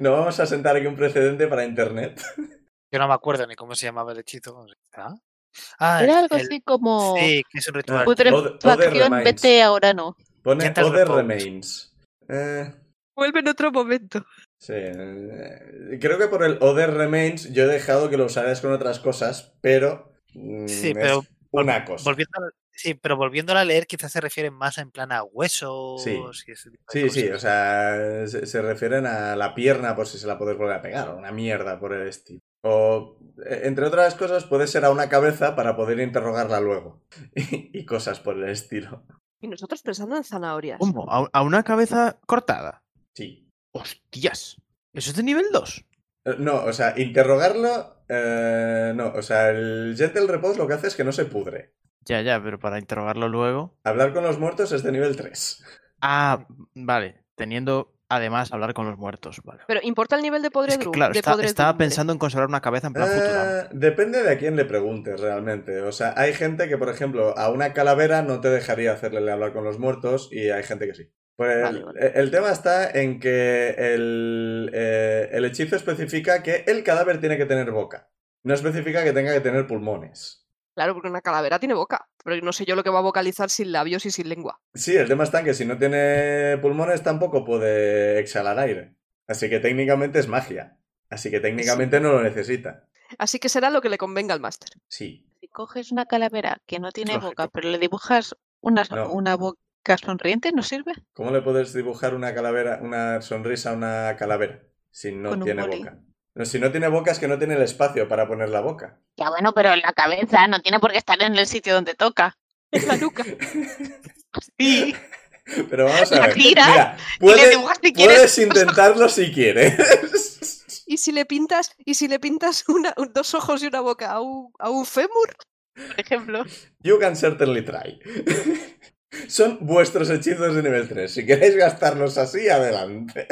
[SPEAKER 1] no vamos a sentar aquí un precedente para internet.
[SPEAKER 4] Yo no me acuerdo ni cómo se llamaba el hechizo. ¿Ah? Ah,
[SPEAKER 6] Era algo
[SPEAKER 4] el-
[SPEAKER 6] así como
[SPEAKER 4] Sí, que es un ritual.
[SPEAKER 1] Putre-
[SPEAKER 6] putrefacción,
[SPEAKER 1] Remains.
[SPEAKER 6] vete ahora no.
[SPEAKER 1] Pone
[SPEAKER 4] Gentle
[SPEAKER 1] Other
[SPEAKER 4] Repose.
[SPEAKER 1] Remains. Eh,
[SPEAKER 3] Vuelve en otro momento.
[SPEAKER 1] sí. eh, Creo que por el Other Remains yo he dejado que lo usaras con otras cosas, pero. mm,
[SPEAKER 4] Sí,
[SPEAKER 1] es
[SPEAKER 4] pero
[SPEAKER 1] Una cosa.
[SPEAKER 4] Volviendo a- sí, pero volviéndola a leer, quizás se refieren más en plan a huesos y ese tipo de
[SPEAKER 1] Sí, sí,
[SPEAKER 4] cosas.
[SPEAKER 1] o sea, se, se refieren a la pierna por si se la puedes volver a pegar, o una mierda por el estilo. O, eh, entre otras cosas, puede ser a una cabeza para poder interrogarla luego. <laughs> y cosas por el estilo.
[SPEAKER 3] Y nosotros pensando en zanahorias.
[SPEAKER 5] ¿Cómo? ¿A, a una cabeza cortada?
[SPEAKER 1] Sí.
[SPEAKER 5] ¡Hostias! ¿Eso es de nivel 2?
[SPEAKER 1] Eh, No, o sea, interrogarlo. eh, no, o sea, el Gentle Repose lo que hace es que no se pudre.
[SPEAKER 5] Ya, ya, pero para interrogarlo luego.
[SPEAKER 1] Hablar con los muertos es de nivel 3.
[SPEAKER 5] Ah, vale. Teniendo además hablar con los muertos, vale.
[SPEAKER 3] Pero importa el nivel de
[SPEAKER 5] Es
[SPEAKER 3] podredumbre.
[SPEAKER 5] que, claro, está- estaba pensando en conservar una cabeza en plan Futurama.
[SPEAKER 1] Eh, depende de a quién le preguntes realmente. O sea, hay gente que, por ejemplo, a una calavera no te dejaría hacerle hablar con los muertos y hay gente que sí. Pues el-
[SPEAKER 3] Vale,
[SPEAKER 1] el, tema está en que el, eh, el hechizo especifica que el cadáver tiene que tener boca. No especifica que tenga que tener pulmones.
[SPEAKER 3] Claro, porque una calavera tiene boca. Pero no sé yo lo que va a vocalizar sin labios y sin lengua.
[SPEAKER 1] Sí, el tema está en que si no tiene pulmones tampoco puede exhalar aire. Así que técnicamente es magia. Así que técnicamente no lo necesita.
[SPEAKER 3] Así que será lo que le convenga al máster.
[SPEAKER 1] Sí.
[SPEAKER 6] Si coges una calavera que no tiene boca,
[SPEAKER 5] Lógico.
[SPEAKER 6] pero le dibujas una, so-
[SPEAKER 1] No.
[SPEAKER 6] una boca sonriente, ¿no sirve?
[SPEAKER 1] ¿Cómo le puedes dibujar una calavera, una sonrisa a una calavera si no
[SPEAKER 6] Con un
[SPEAKER 1] tiene
[SPEAKER 6] boli.
[SPEAKER 1] boca? No, si no tiene boca es que no tiene el espacio para poner la boca.
[SPEAKER 6] Ya bueno, pero en la cabeza no tiene por qué estar en el sitio donde toca.
[SPEAKER 3] En la nuca.
[SPEAKER 6] <laughs> Sí. <laughs>
[SPEAKER 1] Pero vamos a
[SPEAKER 6] La
[SPEAKER 1] ver.
[SPEAKER 6] giras
[SPEAKER 1] Mira,
[SPEAKER 6] le
[SPEAKER 1] puedes,
[SPEAKER 6] dibujas si quieres.
[SPEAKER 1] puedes intentarlo si quieres. <laughs>
[SPEAKER 3] Y si le pintas, y si le pintas <laughs> una- un- dos ojos y una boca a un, a un fémur,
[SPEAKER 6] Por ejemplo,
[SPEAKER 1] You can certainly try. <laughs> Son vuestros hechizos de nivel 3. Si queréis gastarlos así, adelante.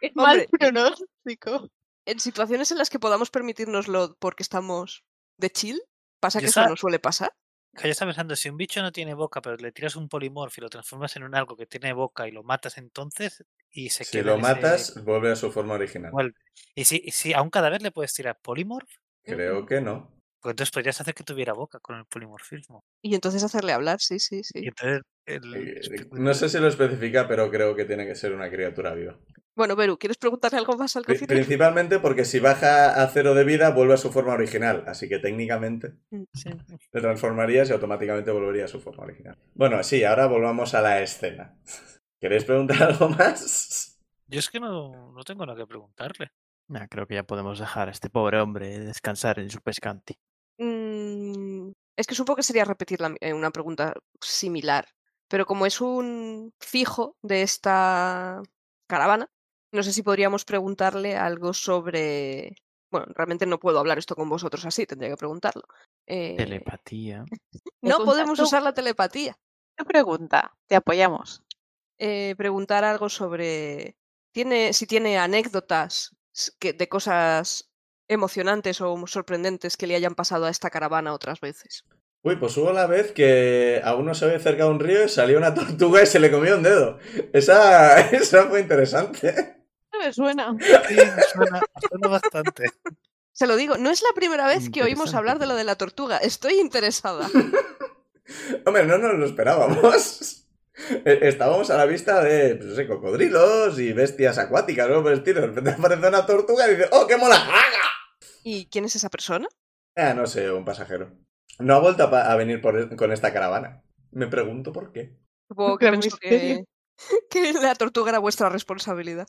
[SPEAKER 6] es
[SPEAKER 3] Hombre,
[SPEAKER 6] mal pronóstico.
[SPEAKER 3] en situaciones en las que podamos permitirnoslo porque estamos de chill, pasa
[SPEAKER 4] Yo
[SPEAKER 3] que eso
[SPEAKER 4] sa-
[SPEAKER 3] no suele pasar.
[SPEAKER 4] Que yo estaba pensando, si un bicho no tiene boca, pero le tiras un polimorfo y lo transformas en un algo que tiene boca y lo matas entonces y se
[SPEAKER 1] Si
[SPEAKER 4] queda
[SPEAKER 1] lo
[SPEAKER 4] en ese-
[SPEAKER 1] matas, vuelve a su forma original.
[SPEAKER 4] Bueno, Y si, y si a un cadáver le puedes tirar polimorf,
[SPEAKER 1] Creo que no.
[SPEAKER 4] pues entonces podrías hacer que tuviera boca con el polimorfismo.
[SPEAKER 3] Y entonces hacerle hablar, sí, sí,
[SPEAKER 4] Y
[SPEAKER 3] sí.
[SPEAKER 4] entonces el-
[SPEAKER 1] Eh,
[SPEAKER 4] espe-
[SPEAKER 1] No sé si lo especifica, pero creo que tiene que ser una criatura viva.
[SPEAKER 3] Bueno, Beru, ¿quieres preguntarle algo más al
[SPEAKER 1] Pri-
[SPEAKER 3] cocido?
[SPEAKER 1] Principalmente porque si baja a cero de vida, vuelve a su forma original. Así que técnicamente
[SPEAKER 3] Mm,
[SPEAKER 1] te transformarías y automáticamente volvería a su forma original. Bueno, sí, ahora volvamos a la escena. <laughs> ¿Queréis preguntar algo más? <laughs>
[SPEAKER 4] Yo es que no, no tengo nada que preguntarle.
[SPEAKER 5] Nah, creo que ya podemos dejar a este pobre hombre descansar en su pescante.
[SPEAKER 3] Mm, es que supongo que sería repetir la mi- eh, una pregunta similar, pero como es un fijo de esta caravana, no sé si podríamos preguntarle algo sobre... Bueno, realmente no puedo hablar esto con vosotros así, tendría que preguntarlo. Eh,
[SPEAKER 5] Telepatía.
[SPEAKER 3] no podemos
[SPEAKER 6] Pregunta tú.
[SPEAKER 3] usar la telepatía.
[SPEAKER 6] Una pregunta, te apoyamos.
[SPEAKER 3] eh, preguntar algo sobre tiene, si tiene anécdotas s- que- de cosas emocionantes o sorprendentes que le hayan pasado a esta caravana otras veces.
[SPEAKER 1] Uy, pues hubo la vez que a uno se había acercado a un río y salió una tortuga y se le comió un dedo. Esa, <laughs> esa fue interesante. <laughs>
[SPEAKER 6] No me suena.
[SPEAKER 4] Sí, me suena, me suena bastante.
[SPEAKER 3] Se lo digo, no es la primera vez que oímos hablar de
[SPEAKER 5] Interesante.
[SPEAKER 3] lo de la tortuga. Estoy interesada.
[SPEAKER 1] Hombre, no nos lo esperábamos. <laughs> Eh, Estábamos a la vista de, pues, no sé, cocodrilos y bestias acuáticas, ¿no? Pero de repente aparece una tortuga y dice, ¡oh, qué mola!
[SPEAKER 3] ¿Y quién es esa persona?
[SPEAKER 1] Ah, no sé, un pasajero. No ha vuelto a, pa- a venir por- e, con esta caravana. Me pregunto por qué. <laughs>
[SPEAKER 3] Supongo que
[SPEAKER 2] Gran
[SPEAKER 3] pensó que,
[SPEAKER 2] misterio.
[SPEAKER 3] que <laughs> la tortuga era vuestra responsabilidad.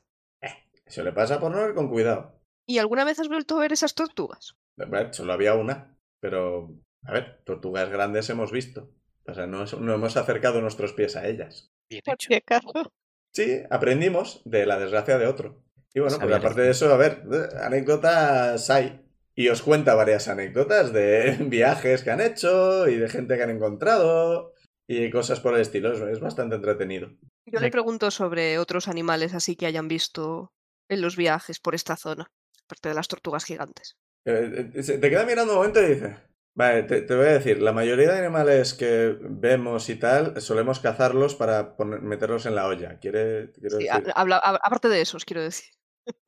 [SPEAKER 1] Eso le pasa por no ir con cuidado.
[SPEAKER 3] ¿Y alguna vez has vuelto a ver esas tortugas?
[SPEAKER 1] De verdad, Solo había una. Pero, a ver, tortugas grandes hemos visto. O sea, no, es- no hemos acercado nuestros pies a ellas.
[SPEAKER 4] Bien
[SPEAKER 2] Por
[SPEAKER 4] hecho.
[SPEAKER 2] si acaso.
[SPEAKER 1] Sí, aprendimos de la desgracia de otro. Y bueno, pues
[SPEAKER 5] Sabía
[SPEAKER 1] aparte
[SPEAKER 5] decir.
[SPEAKER 1] de eso, a ver, eh, anécdotas hay. Y os cuenta varias anécdotas de <laughs> viajes que han hecho y de gente que han encontrado y cosas por el estilo. Es- Es bastante entretenido.
[SPEAKER 3] Yo
[SPEAKER 5] Le-
[SPEAKER 3] le pregunto sobre otros animales así que hayan visto en los viajes por esta zona, aparte de las tortugas gigantes.
[SPEAKER 1] Eh, eh, se- Te queda mirando un momento y dice, vale, te, te voy a decir, la mayoría de animales que vemos y tal, solemos cazarlos para poner- meterlos en la olla. ¿Quiere, te quiero
[SPEAKER 3] Sí, ah, ha-
[SPEAKER 1] decir?
[SPEAKER 3] habla- a- aparte de esos, quiero decir. <laughs>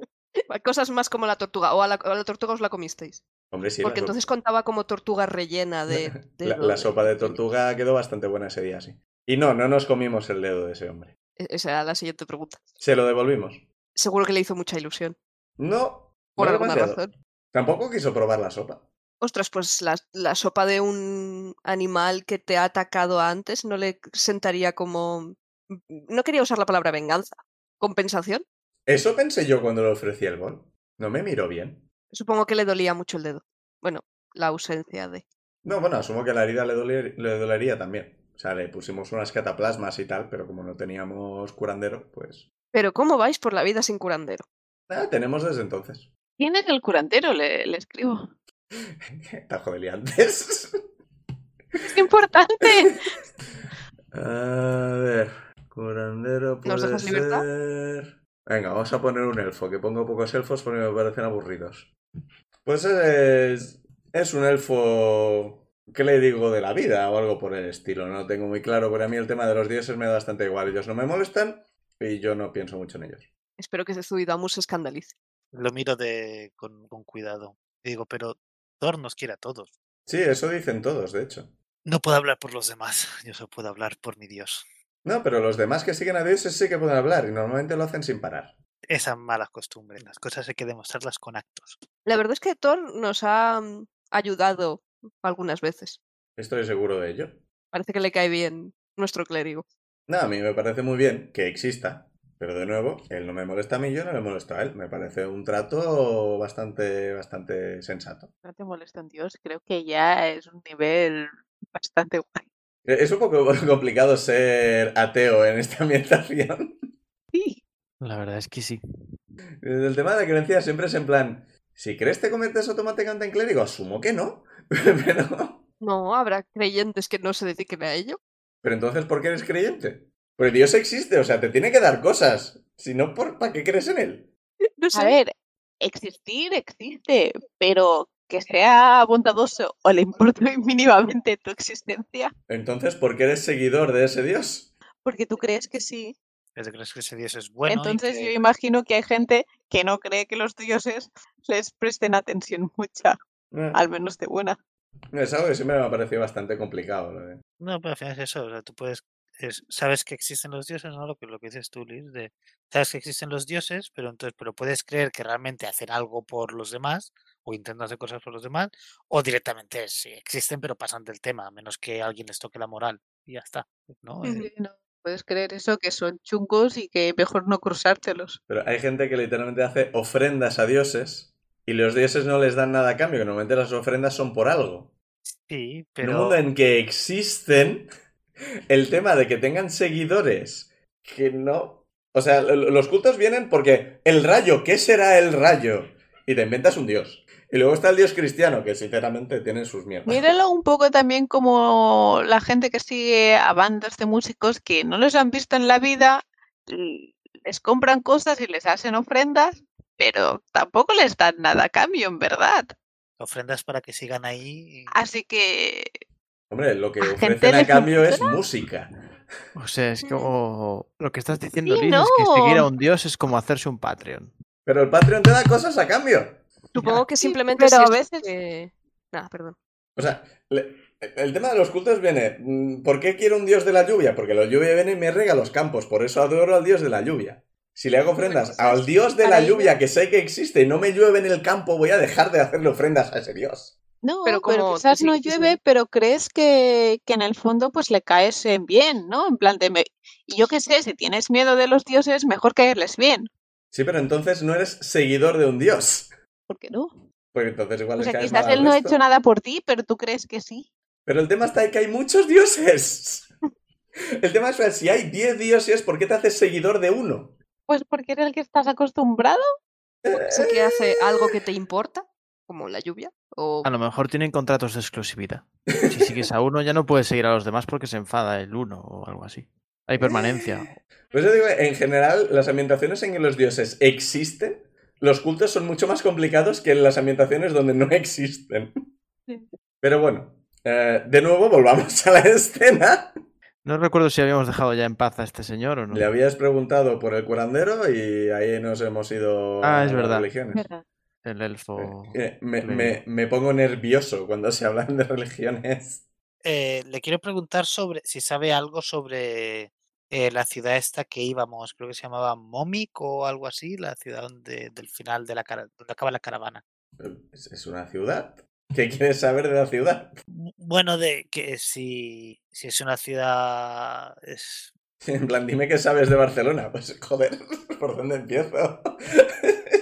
[SPEAKER 3] Cosas más como la tortuga, o a la, a la tortuga os la comisteis.
[SPEAKER 1] Hombre, sí,
[SPEAKER 3] Porque
[SPEAKER 1] la, so-
[SPEAKER 3] entonces contaba como tortuga
[SPEAKER 1] <laughs>
[SPEAKER 3] rellena de.
[SPEAKER 1] la-
[SPEAKER 3] dedo
[SPEAKER 1] la sopa de
[SPEAKER 3] dedo.
[SPEAKER 1] tortuga quedó bastante buena ese día, sí. Y no, no nos comimos el dedo de ese hombre.
[SPEAKER 3] E- Esa era la siguiente pregunta.
[SPEAKER 1] Se lo devolvimos.
[SPEAKER 3] Seguro que le hizo mucha ilusión.
[SPEAKER 1] No.
[SPEAKER 3] Por
[SPEAKER 1] no
[SPEAKER 3] alguna
[SPEAKER 1] demasiado.
[SPEAKER 3] razón.
[SPEAKER 1] Tampoco quiso probar la sopa.
[SPEAKER 3] Ostras, pues la, la sopa de un animal que te ha atacado antes no le sentaría como. No quería usar la palabra venganza. ¿Compensación?
[SPEAKER 1] Eso pensé yo cuando le ofrecí el bol. No me miró bien.
[SPEAKER 3] Supongo que le dolía mucho el dedo. Bueno, la ausencia de.
[SPEAKER 1] No, bueno, asumo que la herida le, doler- le dolería también. O sea, le pusimos unas cataplasmas y tal, pero como no teníamos curandero, pues...
[SPEAKER 3] Pero ¿cómo vais por la vida sin curandero?
[SPEAKER 1] Nada, tenemos desde entonces. <laughs>
[SPEAKER 2] ¿Quién es el curandero? Le, le escribo.
[SPEAKER 1] Tajo de liantes.
[SPEAKER 2] ¡Es importante!
[SPEAKER 1] <laughs> A ver, curandero puede
[SPEAKER 3] ¿Nos dejas libertad?
[SPEAKER 1] ser- Venga, vamos a poner un elfo, que pongo pocos elfos porque me parecen aburridos. Pues es, es un elfo, ¿qué le digo? De la vida o algo por el estilo, no lo tengo muy claro, pero a mí el tema de los dioses me da bastante igual, ellos no me molestan y yo no pienso mucho en ellos.
[SPEAKER 3] <laughs> Espero que Zuidamu se escandalice.
[SPEAKER 4] Lo miro de, con, con cuidado. Y digo, pero Thor nos quiere a todos.
[SPEAKER 1] Sí, eso dicen todos, de hecho.
[SPEAKER 4] No puedo hablar por los demás, <laughs> yo solo puedo hablar por mi Dios.
[SPEAKER 1] No, pero los demás que siguen a dioses sí que pueden hablar y normalmente lo hacen sin parar.
[SPEAKER 4] Esas malas costumbres, las cosas hay que demostrarlas con actos.
[SPEAKER 3] La verdad es que Thor nos ha mm, ayudado algunas veces.
[SPEAKER 1] Estoy seguro de ello.
[SPEAKER 3] Parece que le cae bien nuestro clérigo.
[SPEAKER 1] No, a mí me parece muy bien que exista, pero de nuevo, él no me molesta a mí, yo no le molesto a él. Me parece un trato bastante, bastante sensato.
[SPEAKER 2] No te molestan, Dios. Creo que ya es un nivel bastante <laughs> guay.
[SPEAKER 1] Eh, Es un poco <laughs> complicado ser ateo en esta ambientación. <laughs>
[SPEAKER 2] Sí.
[SPEAKER 5] La verdad es que sí.
[SPEAKER 1] El tema de la creencia siempre es en plan, si crees te conviertes automáticamente en clérigo, asumo que no, <laughs> pero,
[SPEAKER 3] No, habrá creyentes que no se dediquen a ello.
[SPEAKER 1] pero entonces, ¿por qué eres creyente? Porque Dios existe, o sea, te tiene que dar cosas, si no, ¿por- ¿para qué crees en él?
[SPEAKER 3] No sé.
[SPEAKER 2] A ver, existir existe, pero que sea bondadoso o le importe <laughs> mínimamente tu existencia,
[SPEAKER 1] Entonces, ¿por qué eres seguidor de ese Dios?
[SPEAKER 2] porque tú crees que sí.
[SPEAKER 4] Pero crees que ese Dios es bueno. y
[SPEAKER 2] Entonces yo
[SPEAKER 4] que-
[SPEAKER 2] imagino que hay gente que no cree que los dioses les presten atención <laughs> mucha,
[SPEAKER 1] Eh.
[SPEAKER 2] al menos de buena.
[SPEAKER 1] Es algo que siempre me ha parecido bastante complicado. lo de-
[SPEAKER 4] No, pero al final es eso. O sea, tú puedes. es- sabes que existen los dioses, ¿no? Lo que, lo que dices tú, Liz, de. Sabes que existen los dioses, pero entonces, pero puedes creer que realmente hacen algo por los demás, o intentan hacer cosas por los demás, o directamente sí, existen, pero pasan del tema, a menos que alguien les toque la moral. Y ya está. ¿no? Eh,
[SPEAKER 2] puedes creer eso, que son chungos y que mejor no cruzártelos.
[SPEAKER 1] Pero hay gente que literalmente hace ofrendas a dioses y los dioses no les dan nada a cambio, que normalmente las ofrendas son por algo.
[SPEAKER 4] sí,
[SPEAKER 1] En un
[SPEAKER 4] pero.
[SPEAKER 1] mundo en que existen, el tema de que tengan seguidores que no... O sea, lo- lo- los cultos vienen porque el rayo, ¿qué será el rayo? Y te inventas un dios. Y luego está el dios cristiano, que sinceramente tiene sus mierdas.
[SPEAKER 2] Míralo un poco también como la gente que sigue a bandas de músicos que no les han visto en la vida, l- les compran cosas y les hacen ofrendas, pero tampoco les dan nada a cambio, en verdad.
[SPEAKER 4] Ofrendas para que sigan ahí. y-
[SPEAKER 2] Así que
[SPEAKER 1] Hombre, lo que
[SPEAKER 2] ¿A gente
[SPEAKER 1] ofrecen a
[SPEAKER 2] le
[SPEAKER 1] cambio es música.
[SPEAKER 5] O sea, es
[SPEAKER 3] Mm.
[SPEAKER 5] como lo que estás diciendo,
[SPEAKER 2] Sí,
[SPEAKER 5] Liz, es que seguir a
[SPEAKER 2] no.
[SPEAKER 5] un dios es como hacerse un Patreon.
[SPEAKER 1] Pero el Patreon te da cosas a cambio.
[SPEAKER 3] Supongo que simplemente
[SPEAKER 2] pero
[SPEAKER 3] si
[SPEAKER 2] a
[SPEAKER 3] es
[SPEAKER 2] veces-
[SPEAKER 3] que- Nada, perdón.
[SPEAKER 1] O sea, le- el tema de los cultos viene. mm, ¿Por qué quiero un dios de la lluvia? Porque la lluvia viene y me rega los campos. Por eso adoro al dios de la lluvia. Si le hago
[SPEAKER 2] pues,
[SPEAKER 1] ofrendas
[SPEAKER 3] Bueno,
[SPEAKER 1] al dios de la
[SPEAKER 3] para ello-
[SPEAKER 1] lluvia que sé que existe y no me llueve en el campo, voy a dejar de hacerle ofrendas a ese dios.
[SPEAKER 2] No, pero,
[SPEAKER 3] Pero como-
[SPEAKER 2] quizás
[SPEAKER 3] sí,
[SPEAKER 2] no
[SPEAKER 3] sí, sí.
[SPEAKER 2] llueve, pero crees que, que en el fondo pues le caes en bien, ¿no? En plan de, me- y yo qué sé, si tienes miedo de los dioses, mejor caerles bien,
[SPEAKER 1] Sí, pero entonces no eres seguidor de un dios. <laughs>
[SPEAKER 2] ¿por qué no?
[SPEAKER 1] Porque entonces igual
[SPEAKER 2] O
[SPEAKER 1] le
[SPEAKER 2] sea,
[SPEAKER 1] caes
[SPEAKER 2] quizás
[SPEAKER 1] mal al
[SPEAKER 2] él no ha
[SPEAKER 1] resto.
[SPEAKER 2] hecho nada por ti, pero tú crees que sí.
[SPEAKER 1] Pero el tema está en que hay muchos dioses. <laughs> El tema es, si hay 10 dioses, ¿por qué te haces seguidor de uno?
[SPEAKER 2] Pues porque eres el que estás acostumbrado.
[SPEAKER 3] Sé que hace algo que te importa, como la lluvia, o
[SPEAKER 5] A lo mejor tienen contratos de exclusividad. Si sigues a uno, ya no puedes seguir a los demás porque se enfada el uno o algo así. Hay permanencia.
[SPEAKER 1] Pues yo digo, en general, las ambientaciones en que los dioses existen, los cultos son mucho más complicados que en las ambientaciones donde no existen.
[SPEAKER 2] Sí.
[SPEAKER 1] Pero bueno, eh, de nuevo volvamos a la escena.
[SPEAKER 5] No recuerdo si habíamos dejado ya en paz a este señor o no.
[SPEAKER 1] Le habías preguntado por el curandero y ahí nos hemos ido
[SPEAKER 5] Ah,
[SPEAKER 1] a
[SPEAKER 5] es
[SPEAKER 1] las
[SPEAKER 5] verdad. Oh,
[SPEAKER 1] religiones.
[SPEAKER 5] El elfo.
[SPEAKER 1] Eh, me,
[SPEAKER 5] Le-
[SPEAKER 1] me- me pongo nervioso cuando se hablan de religiones. <laughs>
[SPEAKER 4] Eh, le quiero preguntar sobre si sabe algo sobre eh, la ciudad esta que íbamos, creo que se llamaba Momic o algo así, la ciudad donde, del final de la cara, donde acaba la caravana.
[SPEAKER 1] ¿Es es una ciudad? ¿Qué quieres saber de la ciudad?
[SPEAKER 4] Bu- Bueno, de que si, si es una ciudad es,
[SPEAKER 1] <laughs> En plan, dime qué sabes de Barcelona. <laughs> Pues joder, ¿por dónde empiezo? <laughs>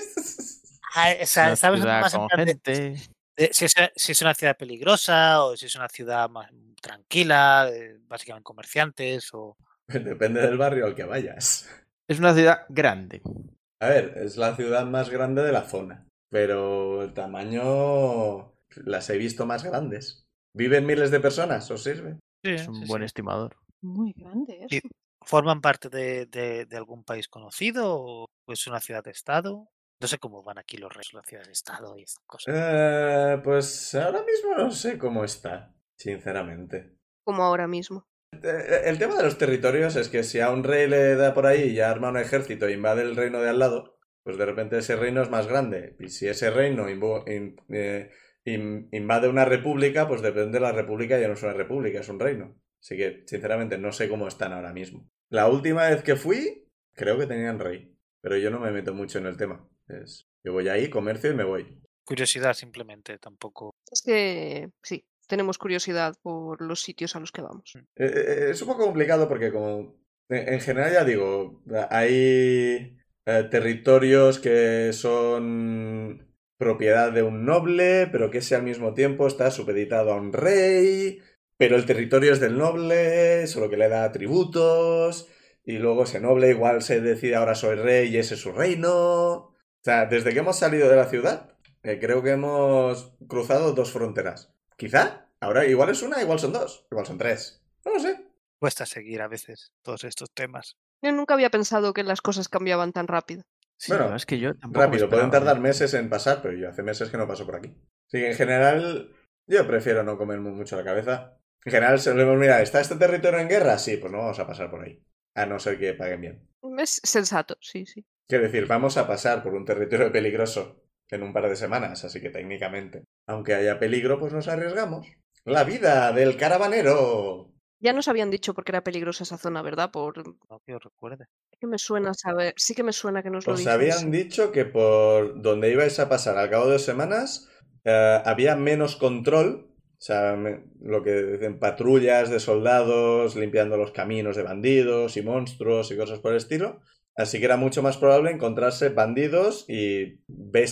[SPEAKER 4] Ah, o sea,
[SPEAKER 5] una
[SPEAKER 4] sabes
[SPEAKER 5] ciudad
[SPEAKER 4] más en
[SPEAKER 5] con
[SPEAKER 4] plan de-
[SPEAKER 5] gente.
[SPEAKER 4] de si, es, si es una ciudad peligrosa o si es una ciudad más tranquila, eh, básicamente comerciantes o...
[SPEAKER 1] Pues depende del barrio al que vayas.
[SPEAKER 5] Es una ciudad grande.
[SPEAKER 1] A ver, es la ciudad más grande de la zona. Pero el tamaño... Las he visto más grandes. ¿Viven miles de personas? ¿Os sirve?
[SPEAKER 5] Es un buen estimador.
[SPEAKER 2] Muy grande ¿eh?
[SPEAKER 4] Sí.
[SPEAKER 2] eso.
[SPEAKER 4] ¿Forman parte de, de- de algún país conocido o es una ciudad-estado? No sé cómo van aquí los reyes, las ciudades-estado y esas cosas.
[SPEAKER 1] Eh, pues ahora mismo no sé cómo está, sinceramente.
[SPEAKER 3] como ahora mismo.
[SPEAKER 1] Eh, El tema de los territorios es que si a un rey le da por ahí y ya arma un ejército e invade el reino de al lado, pues de repente ese reino es más grande. Y si ese reino invo- in- eh, in- invade una república, pues depende de la república, ya no es una república, es un reino. Así que, sinceramente, no sé cómo están ahora mismo. La última vez que fui, creo que tenían rey. Pero yo no me meto mucho en el tema. Es- yo voy ahí, comercio y me voy.
[SPEAKER 4] Curiosidad simplemente, tampoco.
[SPEAKER 3] Es que sí, tenemos curiosidad por los sitios a los que vamos.
[SPEAKER 1] Eh, eh, Es un poco complicado porque como en en general ya digo, hay eh, territorios que son propiedad de un noble, pero que ese al mismo tiempo está supeditado a un rey, pero el territorio es del noble, solo que le da tributos, y luego ese noble igual se decide ahora soy rey y ese es su reino. O sea, desde que hemos salido de la ciudad, eh, creo que hemos cruzado dos fronteras. Quizá, ahora igual es una, igual son dos, igual son tres. No lo sé.
[SPEAKER 4] Cuesta seguir a veces todos estos temas.
[SPEAKER 3] Yo nunca había pensado que las cosas cambiaban tan rápido.
[SPEAKER 5] Sí,
[SPEAKER 1] Bueno,
[SPEAKER 5] no, es que yo tampoco me
[SPEAKER 1] Rápido, pueden
[SPEAKER 5] esperaba, ¿eh?
[SPEAKER 1] tardar meses en pasar, pero yo hace meses que no paso por aquí. Así que en general, yo prefiero no comerme mucho la cabeza. En general, solemos mirar, ¿está este territorio en guerra? Sí, pues no vamos a pasar por ahí. A no ser que paguen bien.
[SPEAKER 3] Es sensato, sí, sí.
[SPEAKER 1] Quiero decir, vamos a pasar por un territorio <laughs> peligroso en un par de semanas, así que técnicamente, aunque haya peligro, pues nos arriesgamos. La vida del caravanero.
[SPEAKER 3] Ya nos habían dicho porque era peligrosa esa zona, ¿verdad? Por
[SPEAKER 4] No que os recuerde.
[SPEAKER 3] que me suena saber, sí que me suena que nos lo
[SPEAKER 1] Os
[SPEAKER 3] dijeron.
[SPEAKER 1] Pues habían dicho que por donde ibais a pasar al cabo de dos semanas eh, había menos control, o sea, me- lo que dicen patrullas de soldados limpiando los caminos de bandidos y monstruos y cosas por el estilo. Así que era mucho más probable encontrarse bandidos y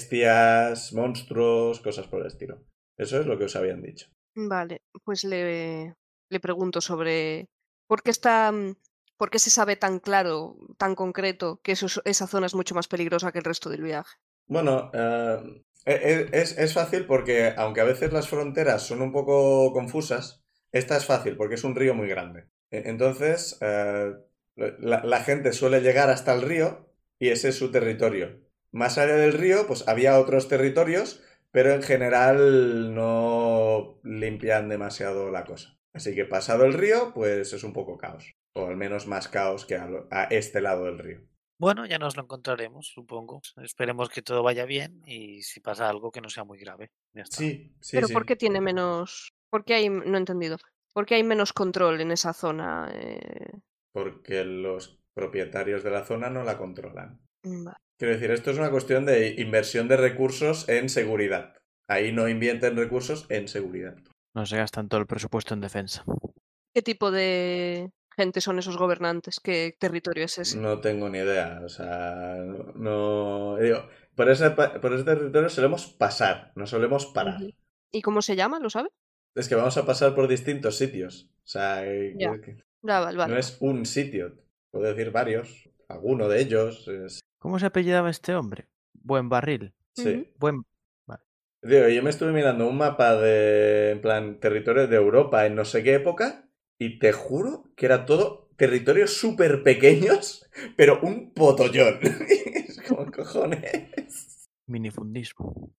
[SPEAKER 1] bestias, monstruos, cosas por el estilo. Eso es lo que os habían dicho.
[SPEAKER 3] Vale, pues le, le pregunto sobre por qué está, mm, por qué se sabe tan claro, tan concreto, que eso es- esa zona es mucho más peligrosa que el resto del viaje.
[SPEAKER 1] Bueno, eh, e- e- es, es fácil porque aunque a veces las fronteras son un poco confusas, esta es fácil porque es un río muy grande. E- Entonces, eh, la, la gente suele llegar hasta el río y ese es su territorio. Más allá del río, pues había otros territorios, pero en general no limpian demasiado la cosa. Así que pasado el río, pues es un poco caos. O al menos más caos que a lo- a este lado del río.
[SPEAKER 4] Bueno, ya nos lo encontraremos, supongo. Esperemos que todo vaya bien y si pasa algo que no sea muy grave. Ya está.
[SPEAKER 1] Sí, sí,
[SPEAKER 3] Pero
[SPEAKER 1] sí.
[SPEAKER 3] ¿por qué tiene menos, por qué hay, no he entendido, por qué hay menos control en esa zona? Eh,
[SPEAKER 1] porque los propietarios de la zona no la controlan.
[SPEAKER 3] va-
[SPEAKER 1] Quiero decir, esto es una cuestión de inversión de recursos en seguridad. Ahí no invierten recursos en seguridad.
[SPEAKER 5] No se gastan todo el presupuesto en defensa.
[SPEAKER 3] ¿Qué tipo de gente son esos gobernantes? ¿Qué territorio es ese?
[SPEAKER 1] No tengo ni idea. O sea, no. digo, por, ese, pa- por ese territorio solemos pasar, no solemos parar.
[SPEAKER 3] Ujú. ¿Y cómo se llama? ¿Lo sabe?
[SPEAKER 1] Es que vamos a pasar por distintos sitios. O sea, eh,
[SPEAKER 3] Ya.
[SPEAKER 1] que- que
[SPEAKER 3] Ah, vale, vale.
[SPEAKER 1] no es un sitio. Puedo decir varios. Alguno de ellos. es-
[SPEAKER 5] ¿Cómo se apellidaba este hombre? Buen barril.
[SPEAKER 1] Sí.
[SPEAKER 3] Ujú.
[SPEAKER 5] Buen.
[SPEAKER 1] Digo, yo me estuve mirando un mapa de, en plan, territorios de Europa en no sé qué época y te juro que era todo territorios súper pequeños, <laughs> pero un potollón. <laughs> es como cojones.
[SPEAKER 5] Minifundismo.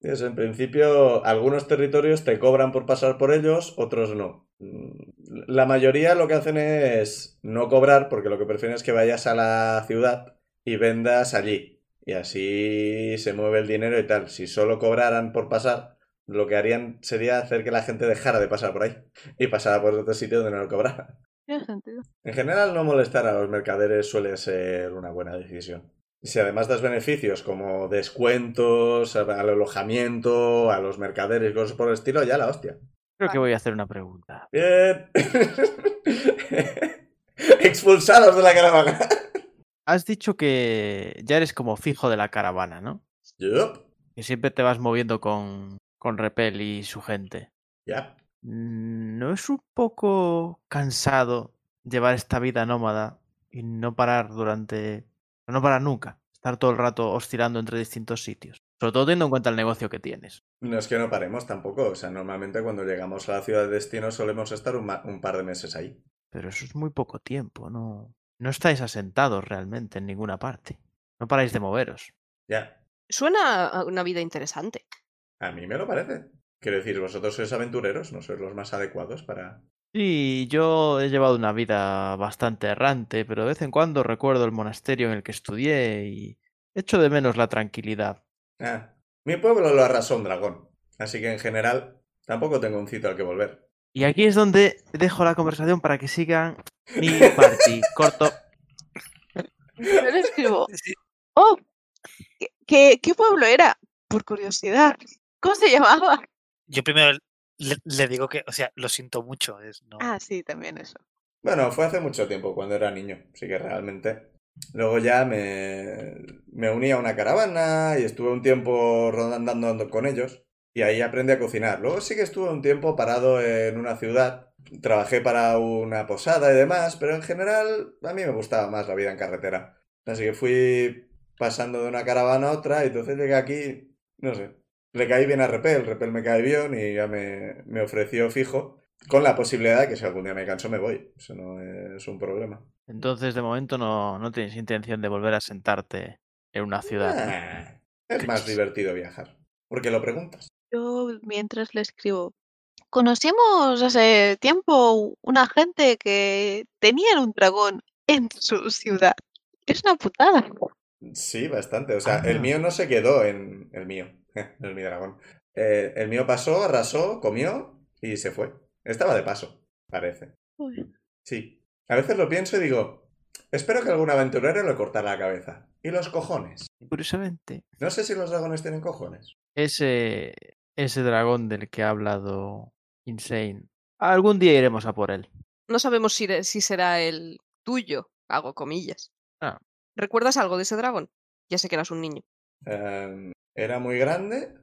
[SPEAKER 1] Es, en principio, algunos territorios te cobran por pasar por ellos, otros no. Mm, La mayoría lo que hacen es no cobrar porque lo que prefieren es que vayas a la ciudad y vendas allí. Y así se mueve el dinero y tal. Si solo cobraran por pasar, lo que harían sería hacer que la gente dejara de pasar por ahí y pasara por otro sitio donde no lo cobraran.
[SPEAKER 2] Tiene sentido.
[SPEAKER 1] En general, no molestar a los mercaderes suele ser una buena decisión. Y Si además das beneficios como descuentos a- al alojamiento, a los mercaderes y cosas por el estilo, ya la hostia.
[SPEAKER 5] Creo
[SPEAKER 3] Vale.
[SPEAKER 5] que voy a hacer una pregunta.
[SPEAKER 1] Bien. <laughs> Expulsados de la caravana.
[SPEAKER 5] Has dicho que ya eres como fijo de la caravana, ¿no?
[SPEAKER 1] Yup,
[SPEAKER 5] Que siempre te vas moviendo con, con Repel y su gente.
[SPEAKER 1] ya.
[SPEAKER 5] Mm, ¿No es un poco cansado llevar esta vida nómada y no parar durante... no parar nunca? Estar todo el rato oscilando entre distintos sitios. Sobre todo teniendo en cuenta el negocio que tienes.
[SPEAKER 1] No es que no paremos tampoco. O sea, normalmente cuando llegamos a la ciudad de destino solemos estar un, ma- un par de meses ahí.
[SPEAKER 5] Pero eso es muy poco tiempo, ¿no? No estáis asentados realmente en ninguna parte. No paráis de moveros.
[SPEAKER 1] Ya.
[SPEAKER 3] Suena a una vida interesante.
[SPEAKER 1] A mí me lo parece. Quiero decir, vosotros sois aventureros, no sois los más adecuados para...
[SPEAKER 5] Sí, yo he llevado una vida bastante errante, pero de vez en cuando recuerdo el monasterio en el que estudié y echo de menos la tranquilidad.
[SPEAKER 1] Ah, mi pueblo lo arrasó un dragón. Así que en general tampoco tengo un cito al que volver.
[SPEAKER 5] Y aquí es donde dejo la conversación para que sigan mi party. Corto.
[SPEAKER 2] <laughs> Yo le <laughs> escribo. Oh, ¿qué- ¿qué, ¿qué pueblo era? Por curiosidad. ¿Cómo se <laughs> llamaba?
[SPEAKER 4] Yo primero le, le digo que, o sea, lo siento mucho. Es, no,
[SPEAKER 2] Ah, sí, también eso.
[SPEAKER 1] Bueno, fue hace mucho tiempo, cuando era niño, así que realmente. Luego ya me, me uní a una caravana y estuve un tiempo rodando andando con ellos y ahí aprendí a cocinar. Luego sí que estuve un tiempo parado en una ciudad, trabajé para una posada y demás, pero en general a mí me gustaba más la vida en carretera. Así que fui pasando de una caravana a otra y entonces llegué aquí, no sé, le caí bien a Repel, Repel me cae bien y ya me, me ofreció fijo. Con la posibilidad de que si algún día me canso me voy. Eso no es un problema.
[SPEAKER 5] Entonces, de momento no, no tienes intención de volver a sentarte en una ciudad.
[SPEAKER 1] Ah, es más divertido viajar. Porque lo preguntas.
[SPEAKER 2] Yo mientras le escribo. Conocimos hace tiempo una gente que tenían un dragón en su ciudad. Es una putada.
[SPEAKER 1] Sí, bastante. O sea,
[SPEAKER 5] Ah.
[SPEAKER 1] el mío no se quedó en el mío. <laughs> No es mi dragón. Eh, el mío pasó, arrasó, comió y se fue. Estaba de paso, parece.
[SPEAKER 2] Uy.
[SPEAKER 1] Sí. A veces lo pienso y digo, espero que algún aventurero le cortara la cabeza. ¿Y los cojones?
[SPEAKER 5] ¿no? Curiosamente,
[SPEAKER 1] No sé si los dragones tienen cojones.
[SPEAKER 5] ese, ese dragón del que ha hablado Insane, algún día iremos a por él.
[SPEAKER 3] No sabemos si, de- si será el tuyo, hago comillas.
[SPEAKER 5] Ah.
[SPEAKER 3] ¿Recuerdas algo de ese dragón? Ya sé que eras un niño.
[SPEAKER 1] Em, era muy grande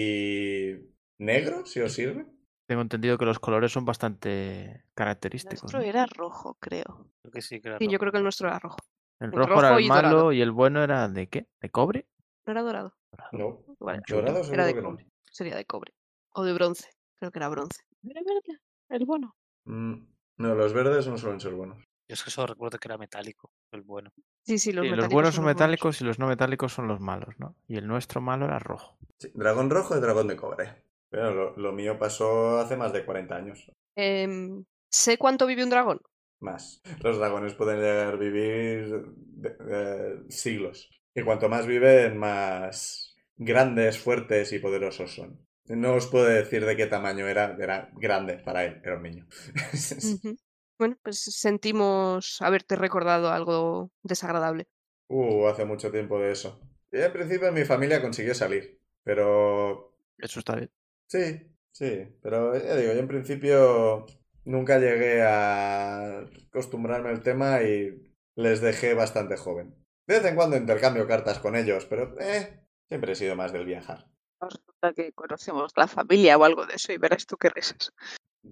[SPEAKER 1] y negro, si os sirve.
[SPEAKER 5] Tengo entendido que los colores son bastante
[SPEAKER 2] El
[SPEAKER 5] característicos.
[SPEAKER 2] nuestro
[SPEAKER 5] ¿no?
[SPEAKER 2] era rojo, creo.
[SPEAKER 4] creo que sí,
[SPEAKER 5] Ah,
[SPEAKER 4] claro.
[SPEAKER 3] Sí, yo creo que el nuestro era rojo.
[SPEAKER 5] El
[SPEAKER 3] el
[SPEAKER 5] rojo, era
[SPEAKER 3] rojo
[SPEAKER 5] el
[SPEAKER 3] y dorado.
[SPEAKER 5] malo y el bueno era de qué? ¿De cobre?
[SPEAKER 3] ¿No era dorado?
[SPEAKER 1] No,
[SPEAKER 3] Igual era.
[SPEAKER 1] dorado
[SPEAKER 3] Era
[SPEAKER 1] seguro
[SPEAKER 3] de
[SPEAKER 1] que no.
[SPEAKER 3] cobre. Sería de cobre. O de bronce. Creo que era bronce.
[SPEAKER 2] Mira, mira, el bueno.
[SPEAKER 1] Mm, No, los verdes no suelen ser buenos.
[SPEAKER 4] Yo es que solo recuerdo que era metálico, el bueno.
[SPEAKER 3] Sí, sí, los,
[SPEAKER 5] Sí, Eh, Los,
[SPEAKER 3] metálicos
[SPEAKER 5] buenos son
[SPEAKER 3] los
[SPEAKER 5] metálicos y los no metálicos son los malos, ¿no? Y el nuestro malo era rojo.
[SPEAKER 1] Sí, dragón rojo y dragón de cobre. Pero lo, lo mío pasó hace más de 40 años.
[SPEAKER 3] Em, ¿Sé cuánto vive un dragón?
[SPEAKER 1] Más. Los dragones pueden llegar a vivir de- eh, siglos. Y cuanto más viven, más grandes, fuertes y poderosos son. No os puedo decir de qué tamaño era. Era grande para él, era un niño. <laughs> Mm.
[SPEAKER 3] Ujú. Bueno, pues sentimos haberte recordado algo desagradable.
[SPEAKER 1] Uh, hace mucho tiempo de eso. Y al principio mi familia consiguió salir, pero
[SPEAKER 5] Eso está bien.
[SPEAKER 1] Sí, sí, pero ya digo, yo en principio nunca llegué a acostumbrarme al tema y les dejé bastante joven. De vez en cuando intercambio cartas con ellos, pero eh, siempre he sido más del viajar.
[SPEAKER 2] Resulta que conocemos la familia o algo de eso y verás tú qué risas.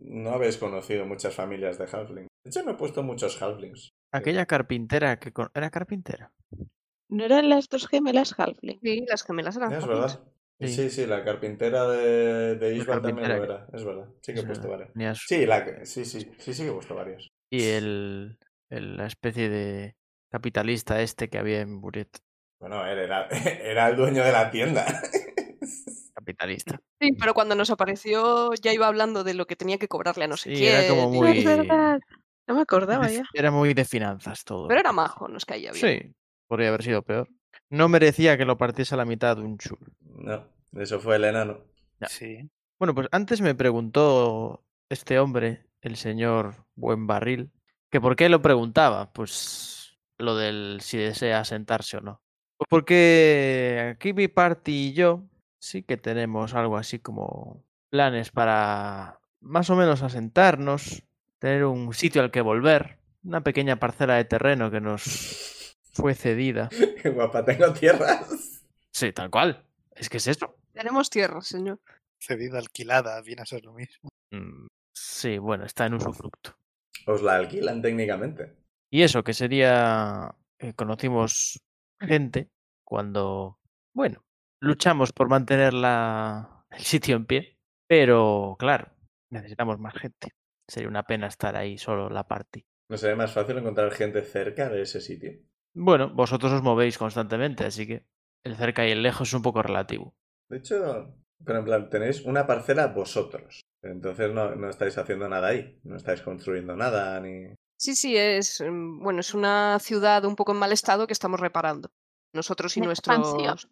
[SPEAKER 1] No habéis conocido muchas familias de halflings. De hecho, no he puesto muchos halflings.
[SPEAKER 3] Eh,
[SPEAKER 5] Aquella carpintera que con- era carpintera.
[SPEAKER 2] ¿No eran las dos gemelas Halfling?
[SPEAKER 3] Sí, las gemelas eran
[SPEAKER 1] Es
[SPEAKER 3] halflings.
[SPEAKER 1] verdad. Sí,
[SPEAKER 5] Sí.
[SPEAKER 1] sí, la carpintera de, de Isbal también
[SPEAKER 5] carpintera
[SPEAKER 1] lo
[SPEAKER 5] que-
[SPEAKER 1] era. Es verdad. Sí que he
[SPEAKER 5] Es
[SPEAKER 1] puesto
[SPEAKER 5] verdad,
[SPEAKER 1] varias.
[SPEAKER 5] tenía su-
[SPEAKER 1] Sí, la, que- sí, sí, sí, sí que he puesto varias.
[SPEAKER 5] Y el, el- la especie de capitalista este que había en Buret.
[SPEAKER 1] Bueno, él era, <laughs> era el dueño de la tienda.
[SPEAKER 5] Capitalista.
[SPEAKER 3] Sí, pero cuando nos apareció ya iba hablando de lo que tenía que cobrarle a no sé
[SPEAKER 5] Sí,
[SPEAKER 3] quién.
[SPEAKER 5] era como
[SPEAKER 3] y-
[SPEAKER 5] muy-
[SPEAKER 2] Es verdad. No me acordaba
[SPEAKER 5] de-
[SPEAKER 2] ya.
[SPEAKER 5] Era muy de finanzas todo.
[SPEAKER 3] Pero era majo, nos caía bien.
[SPEAKER 5] Sí, podría haber sido peor. No merecía que lo partiese a la mitad un chul.
[SPEAKER 1] No, eso fue el enano. <laughs>
[SPEAKER 5] Ya.
[SPEAKER 4] Sí.
[SPEAKER 5] Bueno, pues antes me preguntó este hombre, el señor Buen Barril, que por qué lo preguntaba. Pues lo del si desea sentarse o no. Pues porque aquí mi party y yo sí que tenemos algo así como planes para más o menos asentarnos, tener un sitio al que volver, una pequeña parcela de terreno que nos fue cedida.
[SPEAKER 1] Qué guapa, tengo tierras.
[SPEAKER 5] Sí, tal cual. Es que es eso.
[SPEAKER 3] Tenemos tierra, señor.
[SPEAKER 4] Cedida, alquilada, viene a ser lo mismo.
[SPEAKER 5] Mm, Sí, bueno, está en usufructo.
[SPEAKER 1] Os la alquilan técnicamente.
[SPEAKER 5] Y eso, que sería. eh, conocimos gente cuando. Bueno, luchamos por mantener la, el sitio en pie, pero claro, necesitamos más gente. Sería una pena estar ahí solo la party.
[SPEAKER 1] ¿No sería más fácil encontrar gente cerca de ese sitio?
[SPEAKER 5] Bueno, vosotros os movéis constantemente, así que el cerca y el lejos es un poco relativo.
[SPEAKER 1] De hecho, pero en plan, tenéis una parcela vosotros. Entonces no, no estáis haciendo nada ahí. No estáis construyendo nada ni.
[SPEAKER 3] Sí, sí, es mm, bueno, es una ciudad un poco en mal estado que estamos reparando. Nosotros y
[SPEAKER 2] Una
[SPEAKER 3] nuestros
[SPEAKER 2] expansión.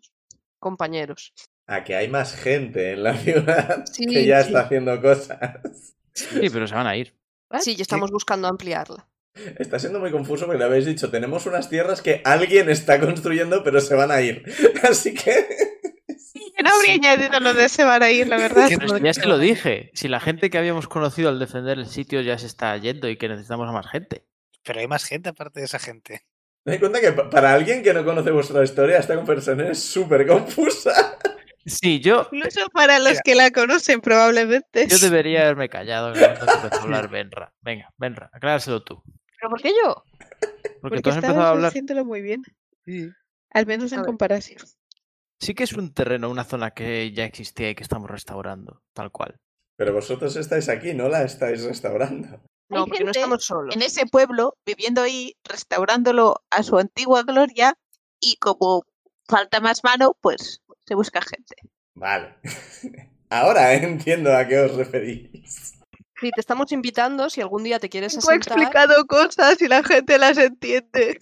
[SPEAKER 3] compañeros.
[SPEAKER 1] A que hay más gente en la <laughs> ciudad
[SPEAKER 3] Sí,
[SPEAKER 1] que ya
[SPEAKER 3] sí.
[SPEAKER 1] está haciendo cosas.
[SPEAKER 5] Sí, pero se van a ir.
[SPEAKER 3] Sí, y estamos buscando ampliarla.
[SPEAKER 1] Está siendo muy confuso porque le habéis dicho, tenemos unas tierras que alguien está construyendo, pero se van a ir. <laughs> Así que.
[SPEAKER 2] Yo no habría añadido lo de se van a ir, la verdad.
[SPEAKER 4] Sí,
[SPEAKER 5] Pero si ya se lo dije. Si la gente que habíamos conocido al defender el sitio ya se está yendo y que necesitamos a más gente.
[SPEAKER 4] Pero hay más gente aparte de esa gente.
[SPEAKER 1] Me cuenta que pa- para alguien que no conoce vuestra historia, esta conversación es súper confusa.
[SPEAKER 5] Sí, yo
[SPEAKER 2] Incluso para los
[SPEAKER 4] Mira.
[SPEAKER 2] que la conocen, probablemente. <laughs>
[SPEAKER 5] Yo debería haberme callado cuando empezó a hablar Benra. Venga, Benra, aclárselo tú.
[SPEAKER 3] ¿Pero por qué yo?
[SPEAKER 5] Porque,
[SPEAKER 2] Porque
[SPEAKER 5] tú
[SPEAKER 2] estabas
[SPEAKER 5] has empezado a hablar.
[SPEAKER 2] haciéndolo muy bien. Al menos
[SPEAKER 3] A
[SPEAKER 2] en
[SPEAKER 3] ver.
[SPEAKER 2] comparación.
[SPEAKER 5] Sí que es un terreno, una zona que ya existía y que estamos restaurando, tal cual.
[SPEAKER 1] Pero vosotros estáis aquí, no la estáis restaurando.
[SPEAKER 2] Hay
[SPEAKER 3] No, porque no
[SPEAKER 2] gente
[SPEAKER 3] estamos solos.
[SPEAKER 2] En ese pueblo, viviendo ahí, restaurándolo a su antigua gloria y como falta más mano, pues se busca gente.
[SPEAKER 1] Vale. <laughs> Ahora entiendo a qué os referís.
[SPEAKER 3] Sí, te estamos invitando, si algún día te quieres
[SPEAKER 2] Tengo
[SPEAKER 3] asentar,
[SPEAKER 2] explicado cosas y la gente las entiende.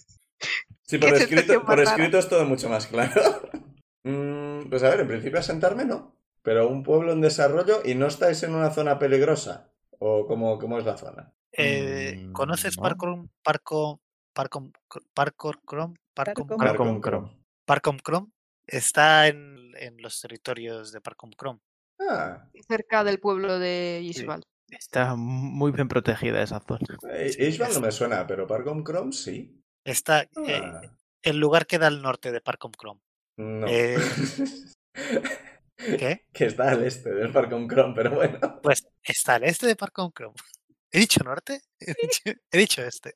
[SPEAKER 1] Sí,
[SPEAKER 2] Qué
[SPEAKER 1] por,
[SPEAKER 2] sensación
[SPEAKER 1] escrito,
[SPEAKER 2] más
[SPEAKER 1] por
[SPEAKER 2] rara.
[SPEAKER 1] escrito es todo mucho más claro. <laughs> Mm, pues a ver, en principio asentarme no. Pero un pueblo en desarrollo y no estáis en una zona peligrosa. ¿O cómo, cómo es la zona?
[SPEAKER 4] Eh,
[SPEAKER 5] Mm,
[SPEAKER 4] ¿Conoces
[SPEAKER 5] no.
[SPEAKER 4] Parcom, Parcom, Parcom, Parcor Crom? Parcom, Crom?
[SPEAKER 2] Parcom.
[SPEAKER 5] Parcom
[SPEAKER 1] Carcom Crom.
[SPEAKER 4] Parcom Crom está en, en los territorios de Parcom Crom.
[SPEAKER 1] Ah,
[SPEAKER 3] cerca del pueblo de Isbal.
[SPEAKER 5] Está muy bien protegida esa zona.
[SPEAKER 1] eh,
[SPEAKER 4] Sí,
[SPEAKER 1] Ishbal no
[SPEAKER 4] es-
[SPEAKER 1] me suena, pero Parcom Crom sí.
[SPEAKER 4] Está eh,
[SPEAKER 1] Ah,
[SPEAKER 4] el lugar que da al norte de Parcom Crom.
[SPEAKER 1] no.
[SPEAKER 4] eh,
[SPEAKER 1] <laughs>
[SPEAKER 5] <laughs>
[SPEAKER 4] ¿Qué?
[SPEAKER 1] que está al este del Parcom Crom, pero bueno.
[SPEAKER 4] Pues está al este de Parcom Crom. <laughs> ¿He dicho norte? <laughs> He dicho, he dicho
[SPEAKER 3] <laughs>
[SPEAKER 4] este.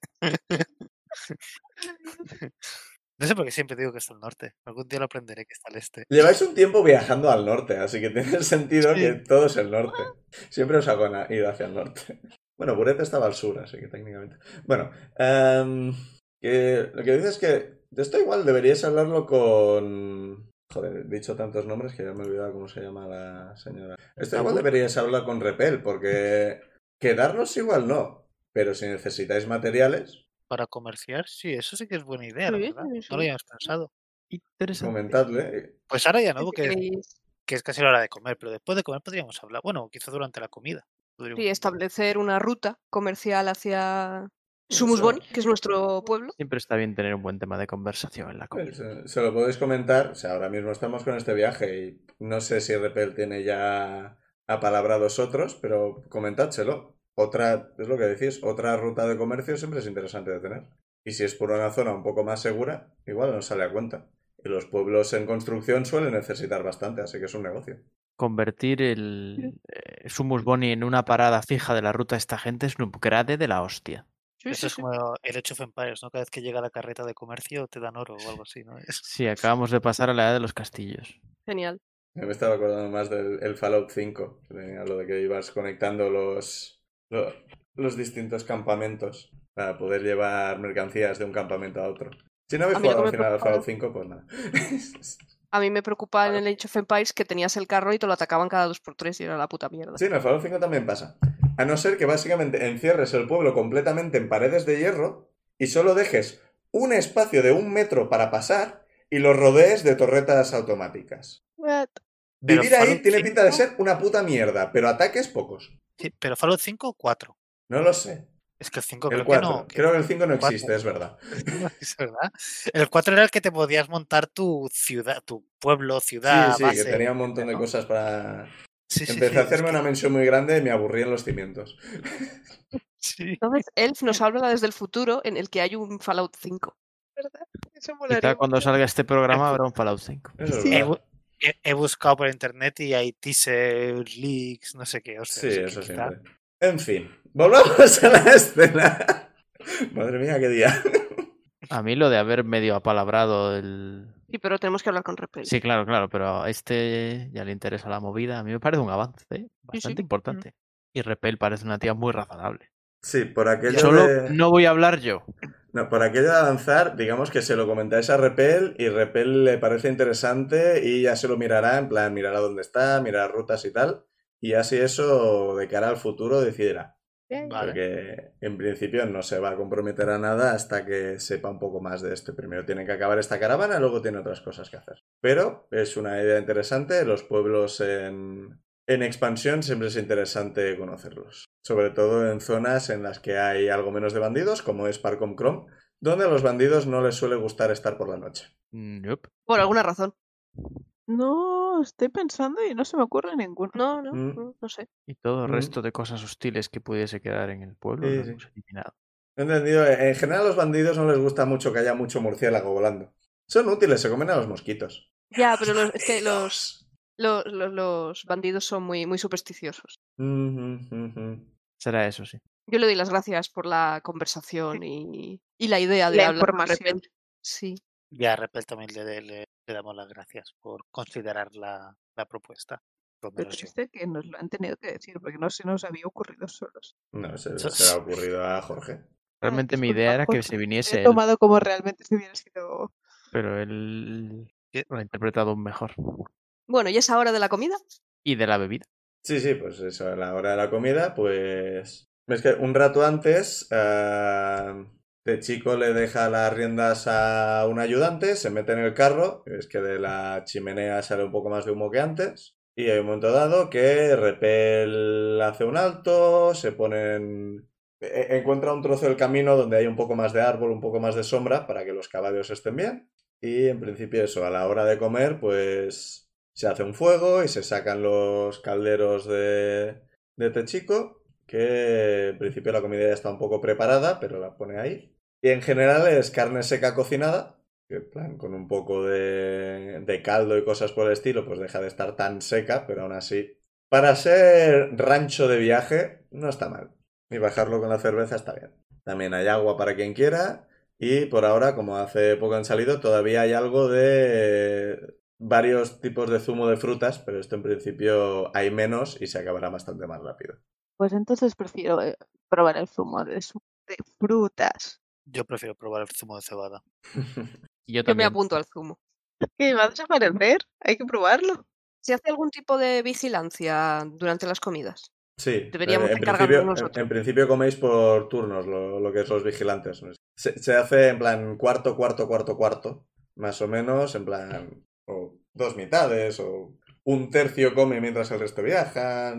[SPEAKER 4] No sé por qué siempre digo que está al norte. Algún día lo aprenderé que está al este.
[SPEAKER 1] Lleváis un tiempo viajando al norte, así que tiene sentido
[SPEAKER 4] Sí.
[SPEAKER 1] que todo es el norte. Siempre os hago na- ido hacia el norte. Bueno, Buret estaba al sur, así que técnicamente. Bueno, em, que lo que dices es que de esto igual deberíais hablarlo con. Joder, he dicho tantos nombres que ya me he olvidado cómo se llama la señora. Esto igual deberíais hablar con Repel, porque quedarnos igual no. Pero si necesitáis materiales,
[SPEAKER 4] Para comerciar, sí, eso sí que es buena idea, la
[SPEAKER 3] Sí,
[SPEAKER 4] verdad.
[SPEAKER 3] sí,
[SPEAKER 4] No lo
[SPEAKER 3] sí.
[SPEAKER 4] habíamos pensado.
[SPEAKER 5] Interesante.
[SPEAKER 1] comentadle.
[SPEAKER 4] Pues ahora ya no,
[SPEAKER 3] Si
[SPEAKER 4] porque
[SPEAKER 3] queréis-
[SPEAKER 4] que es casi la hora de comer, pero después de comer podríamos hablar. Bueno, quizá durante la comida. podríamos
[SPEAKER 3] sí,
[SPEAKER 4] hablar.
[SPEAKER 3] establecer una ruta comercial hacia Sumusbon, que es nuestro pueblo.
[SPEAKER 5] Siempre está bien tener un buen tema de conversación en la comida.
[SPEAKER 1] Pues, eh, se lo podéis comentar. O sea, ahora mismo estamos con este viaje y no sé si Repel tiene ya apalabrados otros, pero comentádselo. Otra, es lo que decís, otra ruta de comercio siempre es interesante de tener. Y si es por una zona un poco más segura, igual nos sale a cuenta. Y los pueblos en construcción suelen necesitar bastante, así que es un negocio.
[SPEAKER 5] Convertir el eh, Sumus Boni en una parada fija de la ruta de esta gente es un upgrade de la hostia.
[SPEAKER 4] Eso es como el Age of Empires, ¿no? Cada vez que llega la carreta de comercio te dan oro o algo así, ¿no? Es-
[SPEAKER 5] Sí, acabamos de pasar a la edad de los castillos.
[SPEAKER 3] Genial.
[SPEAKER 1] Yo me estaba acordando más del el Fallout 5, eh, lo de que ibas conectando los, lo- los distintos campamentos para poder llevar mercancías de un campamento a otro. Si no habéis
[SPEAKER 4] Ah,
[SPEAKER 3] A mí lo
[SPEAKER 1] jugado al
[SPEAKER 3] que me
[SPEAKER 1] final al
[SPEAKER 3] preocupa-
[SPEAKER 1] Fallout 5, pues nada. <laughs>
[SPEAKER 3] A mí me preocupaba en
[SPEAKER 5] Claro.
[SPEAKER 3] el Age of Empires que tenías el carro y te lo atacaban cada dos por tres y era la puta mierda.
[SPEAKER 1] Sí, en el Fallout 5 también pasa. A no ser que básicamente encierres el pueblo completamente en paredes de hierro y solo dejes un espacio de un metro para pasar y lo rodees de torretas automáticas.
[SPEAKER 2] What?
[SPEAKER 4] Pero
[SPEAKER 1] Vivir ahí
[SPEAKER 4] Fallout
[SPEAKER 1] tiene pinta de
[SPEAKER 4] 5,
[SPEAKER 1] ser una puta mierda, pero ataques pocos.
[SPEAKER 4] sí, pero Fallout 5 o 4.
[SPEAKER 1] No lo sé.
[SPEAKER 4] Es que el 5
[SPEAKER 1] El
[SPEAKER 4] creo
[SPEAKER 1] 4.
[SPEAKER 4] que no. que-
[SPEAKER 1] Creo que el 5 no
[SPEAKER 4] cuatro.
[SPEAKER 1] existe,
[SPEAKER 4] <laughs>
[SPEAKER 1] es verdad.
[SPEAKER 4] es verdad. El 4 era el que te podías montar tu ciudad, tu pueblo, ciudad,
[SPEAKER 1] Sí, sí,
[SPEAKER 4] base.
[SPEAKER 1] que tenía un montón de
[SPEAKER 4] ¿no?
[SPEAKER 1] cosas para...
[SPEAKER 4] Sí, sí,
[SPEAKER 1] Empecé
[SPEAKER 4] sí,
[SPEAKER 1] a
[SPEAKER 4] es
[SPEAKER 1] hacerme
[SPEAKER 4] que-
[SPEAKER 1] una mención muy grande y me aburrí en los cimientos.
[SPEAKER 4] sí.
[SPEAKER 2] <laughs>
[SPEAKER 3] Entonces, Elf nos habla desde el futuro en el que hay un Fallout 5.
[SPEAKER 2] ¿Verdad? Eso
[SPEAKER 5] Quizá
[SPEAKER 3] ¿eh?
[SPEAKER 2] molaría.
[SPEAKER 5] cuando
[SPEAKER 2] mucho.
[SPEAKER 5] salga este programa habrá un Fallout 5.
[SPEAKER 1] Eso es
[SPEAKER 2] Sí.
[SPEAKER 4] He,
[SPEAKER 1] verdad.
[SPEAKER 4] bu- he- he buscado por internet y hay teasers, leaks, no sé qué. o sea,
[SPEAKER 1] Sí,
[SPEAKER 4] o sea que
[SPEAKER 1] eso
[SPEAKER 4] quizá-
[SPEAKER 1] siempre. En fin, volvamos <laughs> a la escena. Madre mía, qué día.
[SPEAKER 5] A mí lo de haber medio apalabrado el...
[SPEAKER 3] Sí, pero tenemos que hablar con Repel.
[SPEAKER 5] Sí, claro, claro, pero a este ya le interesa la movida. A mí me parece un avance ¿eh? bastante importante. Y Repel parece una tía muy razonable.
[SPEAKER 1] Sí, por aquello
[SPEAKER 5] Solo
[SPEAKER 1] de...
[SPEAKER 5] no voy a hablar yo.
[SPEAKER 1] No, por aquello de avanzar, digamos que se lo comentáis a Repel y Repel le parece interesante y ya se lo mirará, en plan, mirará dónde está, mirará rutas y tal. Y así eso, de cara al futuro, decidirá.
[SPEAKER 4] Vale.
[SPEAKER 1] Porque en principio no se va a comprometer a nada hasta que sepa un poco más de esto. Primero tiene que acabar esta caravana, luego tiene otras cosas que hacer. Pero es una idea interesante, los pueblos en, en expansión siempre es interesante conocerlos. Sobre todo en zonas en las que hay algo menos de bandidos, como es Parcom Chrome, donde a los bandidos no les suele gustar estar por la noche.
[SPEAKER 5] Mm, yup.
[SPEAKER 3] Por alguna razón.
[SPEAKER 2] No, estoy pensando y no se me ocurre ninguno.
[SPEAKER 3] No, no,
[SPEAKER 1] Mm.
[SPEAKER 3] no, no sé.
[SPEAKER 5] Y todo el
[SPEAKER 1] Mm.
[SPEAKER 5] resto de cosas hostiles que pudiese quedar en el pueblo
[SPEAKER 1] Sí,
[SPEAKER 5] lo
[SPEAKER 1] sí.
[SPEAKER 5] hemos eliminado.
[SPEAKER 1] He Entendido, Eh, en general a los bandidos no les gusta mucho que haya mucho murciélago volando. Son útiles, se comen a los mosquitos.
[SPEAKER 3] Ya, pero los- es que los,
[SPEAKER 1] Bandidos. <laughs>
[SPEAKER 3] los, los- los bandidos son muy, muy supersticiosos.
[SPEAKER 1] Mhm, mhm.
[SPEAKER 5] Será eso, sí.
[SPEAKER 3] Yo le doy las gracias por la conversación y, y la idea de
[SPEAKER 2] La
[SPEAKER 3] hablar con
[SPEAKER 2] información.
[SPEAKER 3] Repel. Sí.
[SPEAKER 4] Y a Repel también le, le- le damos las gracias por considerar la, la propuesta. por lo
[SPEAKER 2] Qué
[SPEAKER 4] menos yo.
[SPEAKER 2] triste que nos lo han tenido que decir, porque no se nos había ocurrido solos.
[SPEAKER 1] No, se,
[SPEAKER 4] Eso-
[SPEAKER 1] se le ha ocurrido a Jorge.
[SPEAKER 5] Realmente mi
[SPEAKER 2] disculpa,
[SPEAKER 5] idea era que
[SPEAKER 2] Jorge,
[SPEAKER 5] se
[SPEAKER 2] He
[SPEAKER 5] viniese él,
[SPEAKER 2] tomado como realmente si hubiera sido.
[SPEAKER 5] pero él
[SPEAKER 4] ¿Qué?
[SPEAKER 5] lo ha interpretado mejor.
[SPEAKER 3] Bueno, ¿y es ahora de la comida?
[SPEAKER 5] Y de la bebida.
[SPEAKER 1] Sí, sí, pues eso, a la hora de la comida, pues... Ves que un rato antes, eh, este chico le deja las riendas a un ayudante, se mete en el carro, es que de la chimenea sale un poco más de humo que antes, y hay un momento dado que Repel hace un alto, se ponen... e- Encuentra un trozo del camino donde hay un poco más de árbol, un poco más de sombra para que los caballos estén bien. Y en principio eso, a la hora de comer, pues se hace un fuego y se sacan los calderos de, de este chico, que en principio la comida ya está un poco preparada, pero la pone ahí. Y en general es carne seca cocinada, que en plan con un poco de, de caldo y cosas por el estilo, pues deja de estar tan seca, pero aún así. Para ser rancho de viaje, no está mal. Y bajarlo con la cerveza está bien. También hay agua para quien quiera. Y por ahora, como hace poco han salido, todavía hay algo de varios tipos de zumo de frutas, pero esto en principio hay menos y se acabará bastante más
[SPEAKER 3] <laughs>
[SPEAKER 1] rápido.
[SPEAKER 2] Pues entonces prefiero eh, probar el zumo de, su- de frutas.
[SPEAKER 4] Yo prefiero probar el zumo de cebada.
[SPEAKER 5] Y
[SPEAKER 3] Yo
[SPEAKER 5] yo
[SPEAKER 3] me
[SPEAKER 5] también.
[SPEAKER 3] apunto al zumo.
[SPEAKER 2] ¿Qué va a desaparecer? Hay que probarlo.
[SPEAKER 3] ¿Se hace algún tipo de vigilancia durante las comidas?
[SPEAKER 1] Sí,
[SPEAKER 3] Deberíamos
[SPEAKER 1] eh, en
[SPEAKER 3] encargarnos
[SPEAKER 1] principio,
[SPEAKER 3] nosotros.
[SPEAKER 1] en- en principio coméis por turnos lo, lo que es los vigilantes. Se, se hace en plan cuarto, cuarto, cuarto, cuarto, más o menos, en plan o dos mitades o un tercio come mientras el resto viaja,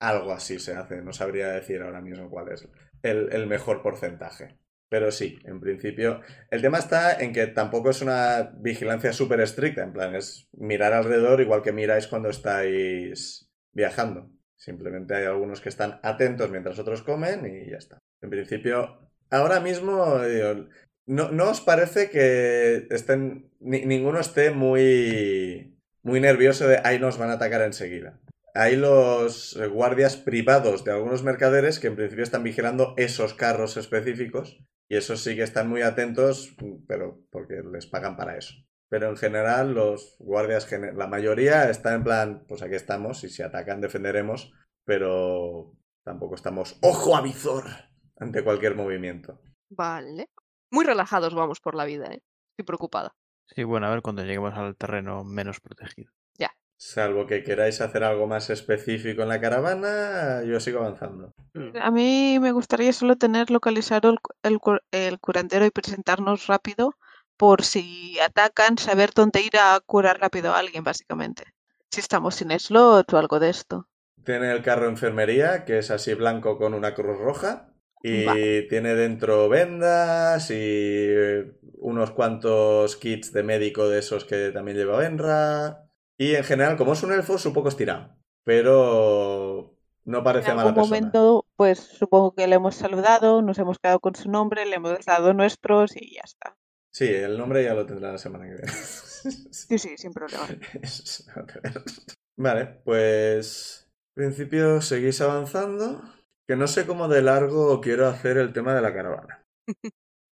[SPEAKER 1] algo así se hace, no sabría decir ahora mismo cuál es el, el mejor porcentaje. Pero sí, en principio. El tema está en que tampoco es una vigilancia súper estricta, en plan, es mirar alrededor igual que miráis cuando estáis viajando. Simplemente hay algunos que están atentos mientras otros comen y ya está. En principio, ahora mismo, digo, no, no os parece que estén, ni- ninguno esté muy, muy nervioso de ahí nos van a atacar enseguida. Hay los eh, guardias privados de algunos mercaderes que en principio están vigilando esos carros específicos y esos sí que están muy atentos, pero porque les pagan para eso. Pero en general, los guardias, gene- la mayoría está en plan, pues aquí estamos, y si atacan defenderemos, pero tampoco estamos ojo a visor ante cualquier movimiento.
[SPEAKER 3] Vale. Muy relajados vamos por la vida, ¿eh? Estoy preocupada.
[SPEAKER 5] Sí, bueno, a ver cuando lleguemos al terreno menos protegido.
[SPEAKER 1] Salvo que queráis hacer algo más específico en la caravana, yo sigo avanzando.
[SPEAKER 2] A mí me gustaría solo tener localizado el, cu- el cu- el curandero y presentarnos rápido por si atacan, saber dónde ir a curar rápido a alguien, básicamente. Si estamos sin slot o algo de esto.
[SPEAKER 1] Tiene el carro de enfermería, que es así blanco con una cruz roja. Y
[SPEAKER 2] Vale.
[SPEAKER 1] tiene dentro vendas y unos cuantos kits de médico de esos que también lleva Benra. Y en general, como es un elfo, su poco estirado. Pero no
[SPEAKER 2] En
[SPEAKER 1] parece mala
[SPEAKER 2] algún
[SPEAKER 1] persona.
[SPEAKER 2] momento, pues supongo que le hemos saludado, nos hemos quedado con su nombre, le hemos dado nuestros y ya está.
[SPEAKER 1] Sí, el nombre ya lo tendrá la semana que viene. <laughs>
[SPEAKER 2] Sí, sí, sin problema.
[SPEAKER 1] Es una perra. <laughs> Vale, pues. En principio seguís avanzando. Que no sé cómo de largo quiero hacer el tema de la
[SPEAKER 3] <laughs>
[SPEAKER 1] caravana.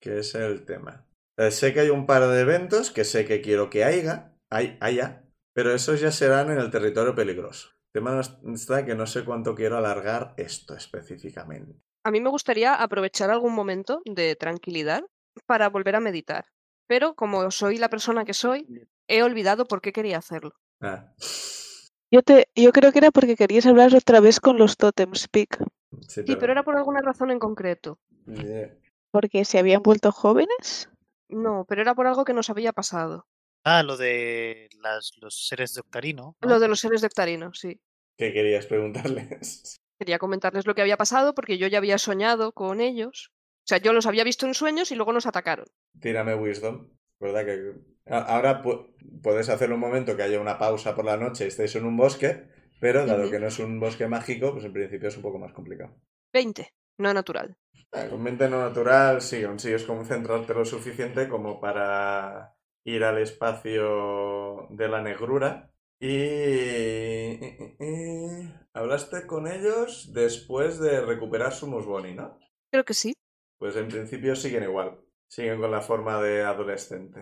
[SPEAKER 1] Que es el tema. Eh, sé que hay un par de eventos que sé que quiero que haya. Hay, haya. Pero esos ya serán en el territorio peligroso. El tema está que no sé cuánto quiero alargar esto específicamente.
[SPEAKER 3] A mí me gustaría aprovechar algún momento de tranquilidad para volver a meditar. Pero como soy la persona que soy, he olvidado por qué quería hacerlo.
[SPEAKER 1] Ah,
[SPEAKER 2] Yo, te, yo creo que era porque querías hablar otra vez con los tótems, Pic,
[SPEAKER 1] sí,
[SPEAKER 3] Sí, pero era por alguna razón en concreto.
[SPEAKER 1] Eh,
[SPEAKER 2] porque se habían vuelto jóvenes.
[SPEAKER 3] No, pero era por algo que nos había pasado.
[SPEAKER 4] Ah, lo de las, los seres de Octarino. ¿no?
[SPEAKER 3] Lo de los seres de Octarino, sí.
[SPEAKER 1] ¿Qué querías preguntarles?
[SPEAKER 3] Quería comentarles lo que había pasado porque yo ya había soñado con ellos. O sea, yo los había visto en sueños y luego nos atacaron.
[SPEAKER 1] Tírame Wisdom. ¿Verdad que a- ahora pu- puedes hacer un momento que haya una pausa por la noche y estéis en un bosque, pero dado
[SPEAKER 3] Ujú.
[SPEAKER 1] que no es un bosque mágico, pues en principio es un poco más complicado.
[SPEAKER 3] 20, no natural.
[SPEAKER 1] Ah, con mente no natural, sí, consigues concentrarte lo suficiente como para ir al espacio de la negrura. Y... y- y- y- Hablaste con ellos después de recuperar su Musboni, ¿no?
[SPEAKER 3] Creo que sí.
[SPEAKER 1] Pues en principio siguen igual. Siguen con la forma de adolescente.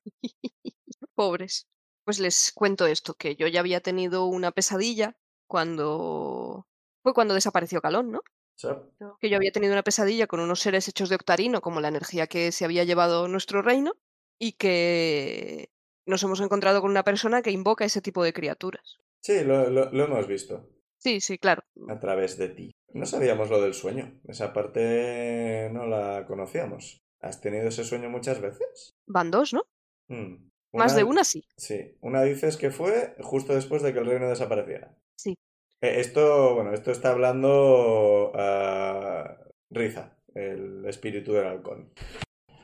[SPEAKER 3] Pobres. Pues les cuento esto, que yo ya había tenido una pesadilla cuando... Fue cuando desapareció Calón, ¿no?
[SPEAKER 1] Chap.
[SPEAKER 3] Que yo había tenido una pesadilla con unos seres hechos de octarino, como la energía que se había llevado nuestro reino, y que nos hemos encontrado con una persona que invoca ese tipo de criaturas.
[SPEAKER 1] Sí, lo, lo- lo hemos visto
[SPEAKER 3] Sí, sí, claro.
[SPEAKER 1] a través de ti. No sabíamos lo del sueño. Esa parte no la conocíamos. ¿Has tenido ese sueño muchas veces?
[SPEAKER 3] Van dos, ¿no?
[SPEAKER 1] Mm.
[SPEAKER 3] Más de una sí.
[SPEAKER 1] Sí, una dices que fue justo después de que el reino desapareciera.
[SPEAKER 3] Sí.
[SPEAKER 1] Eh, esto, bueno, esto está hablando ah, Riza, el espíritu del halcón.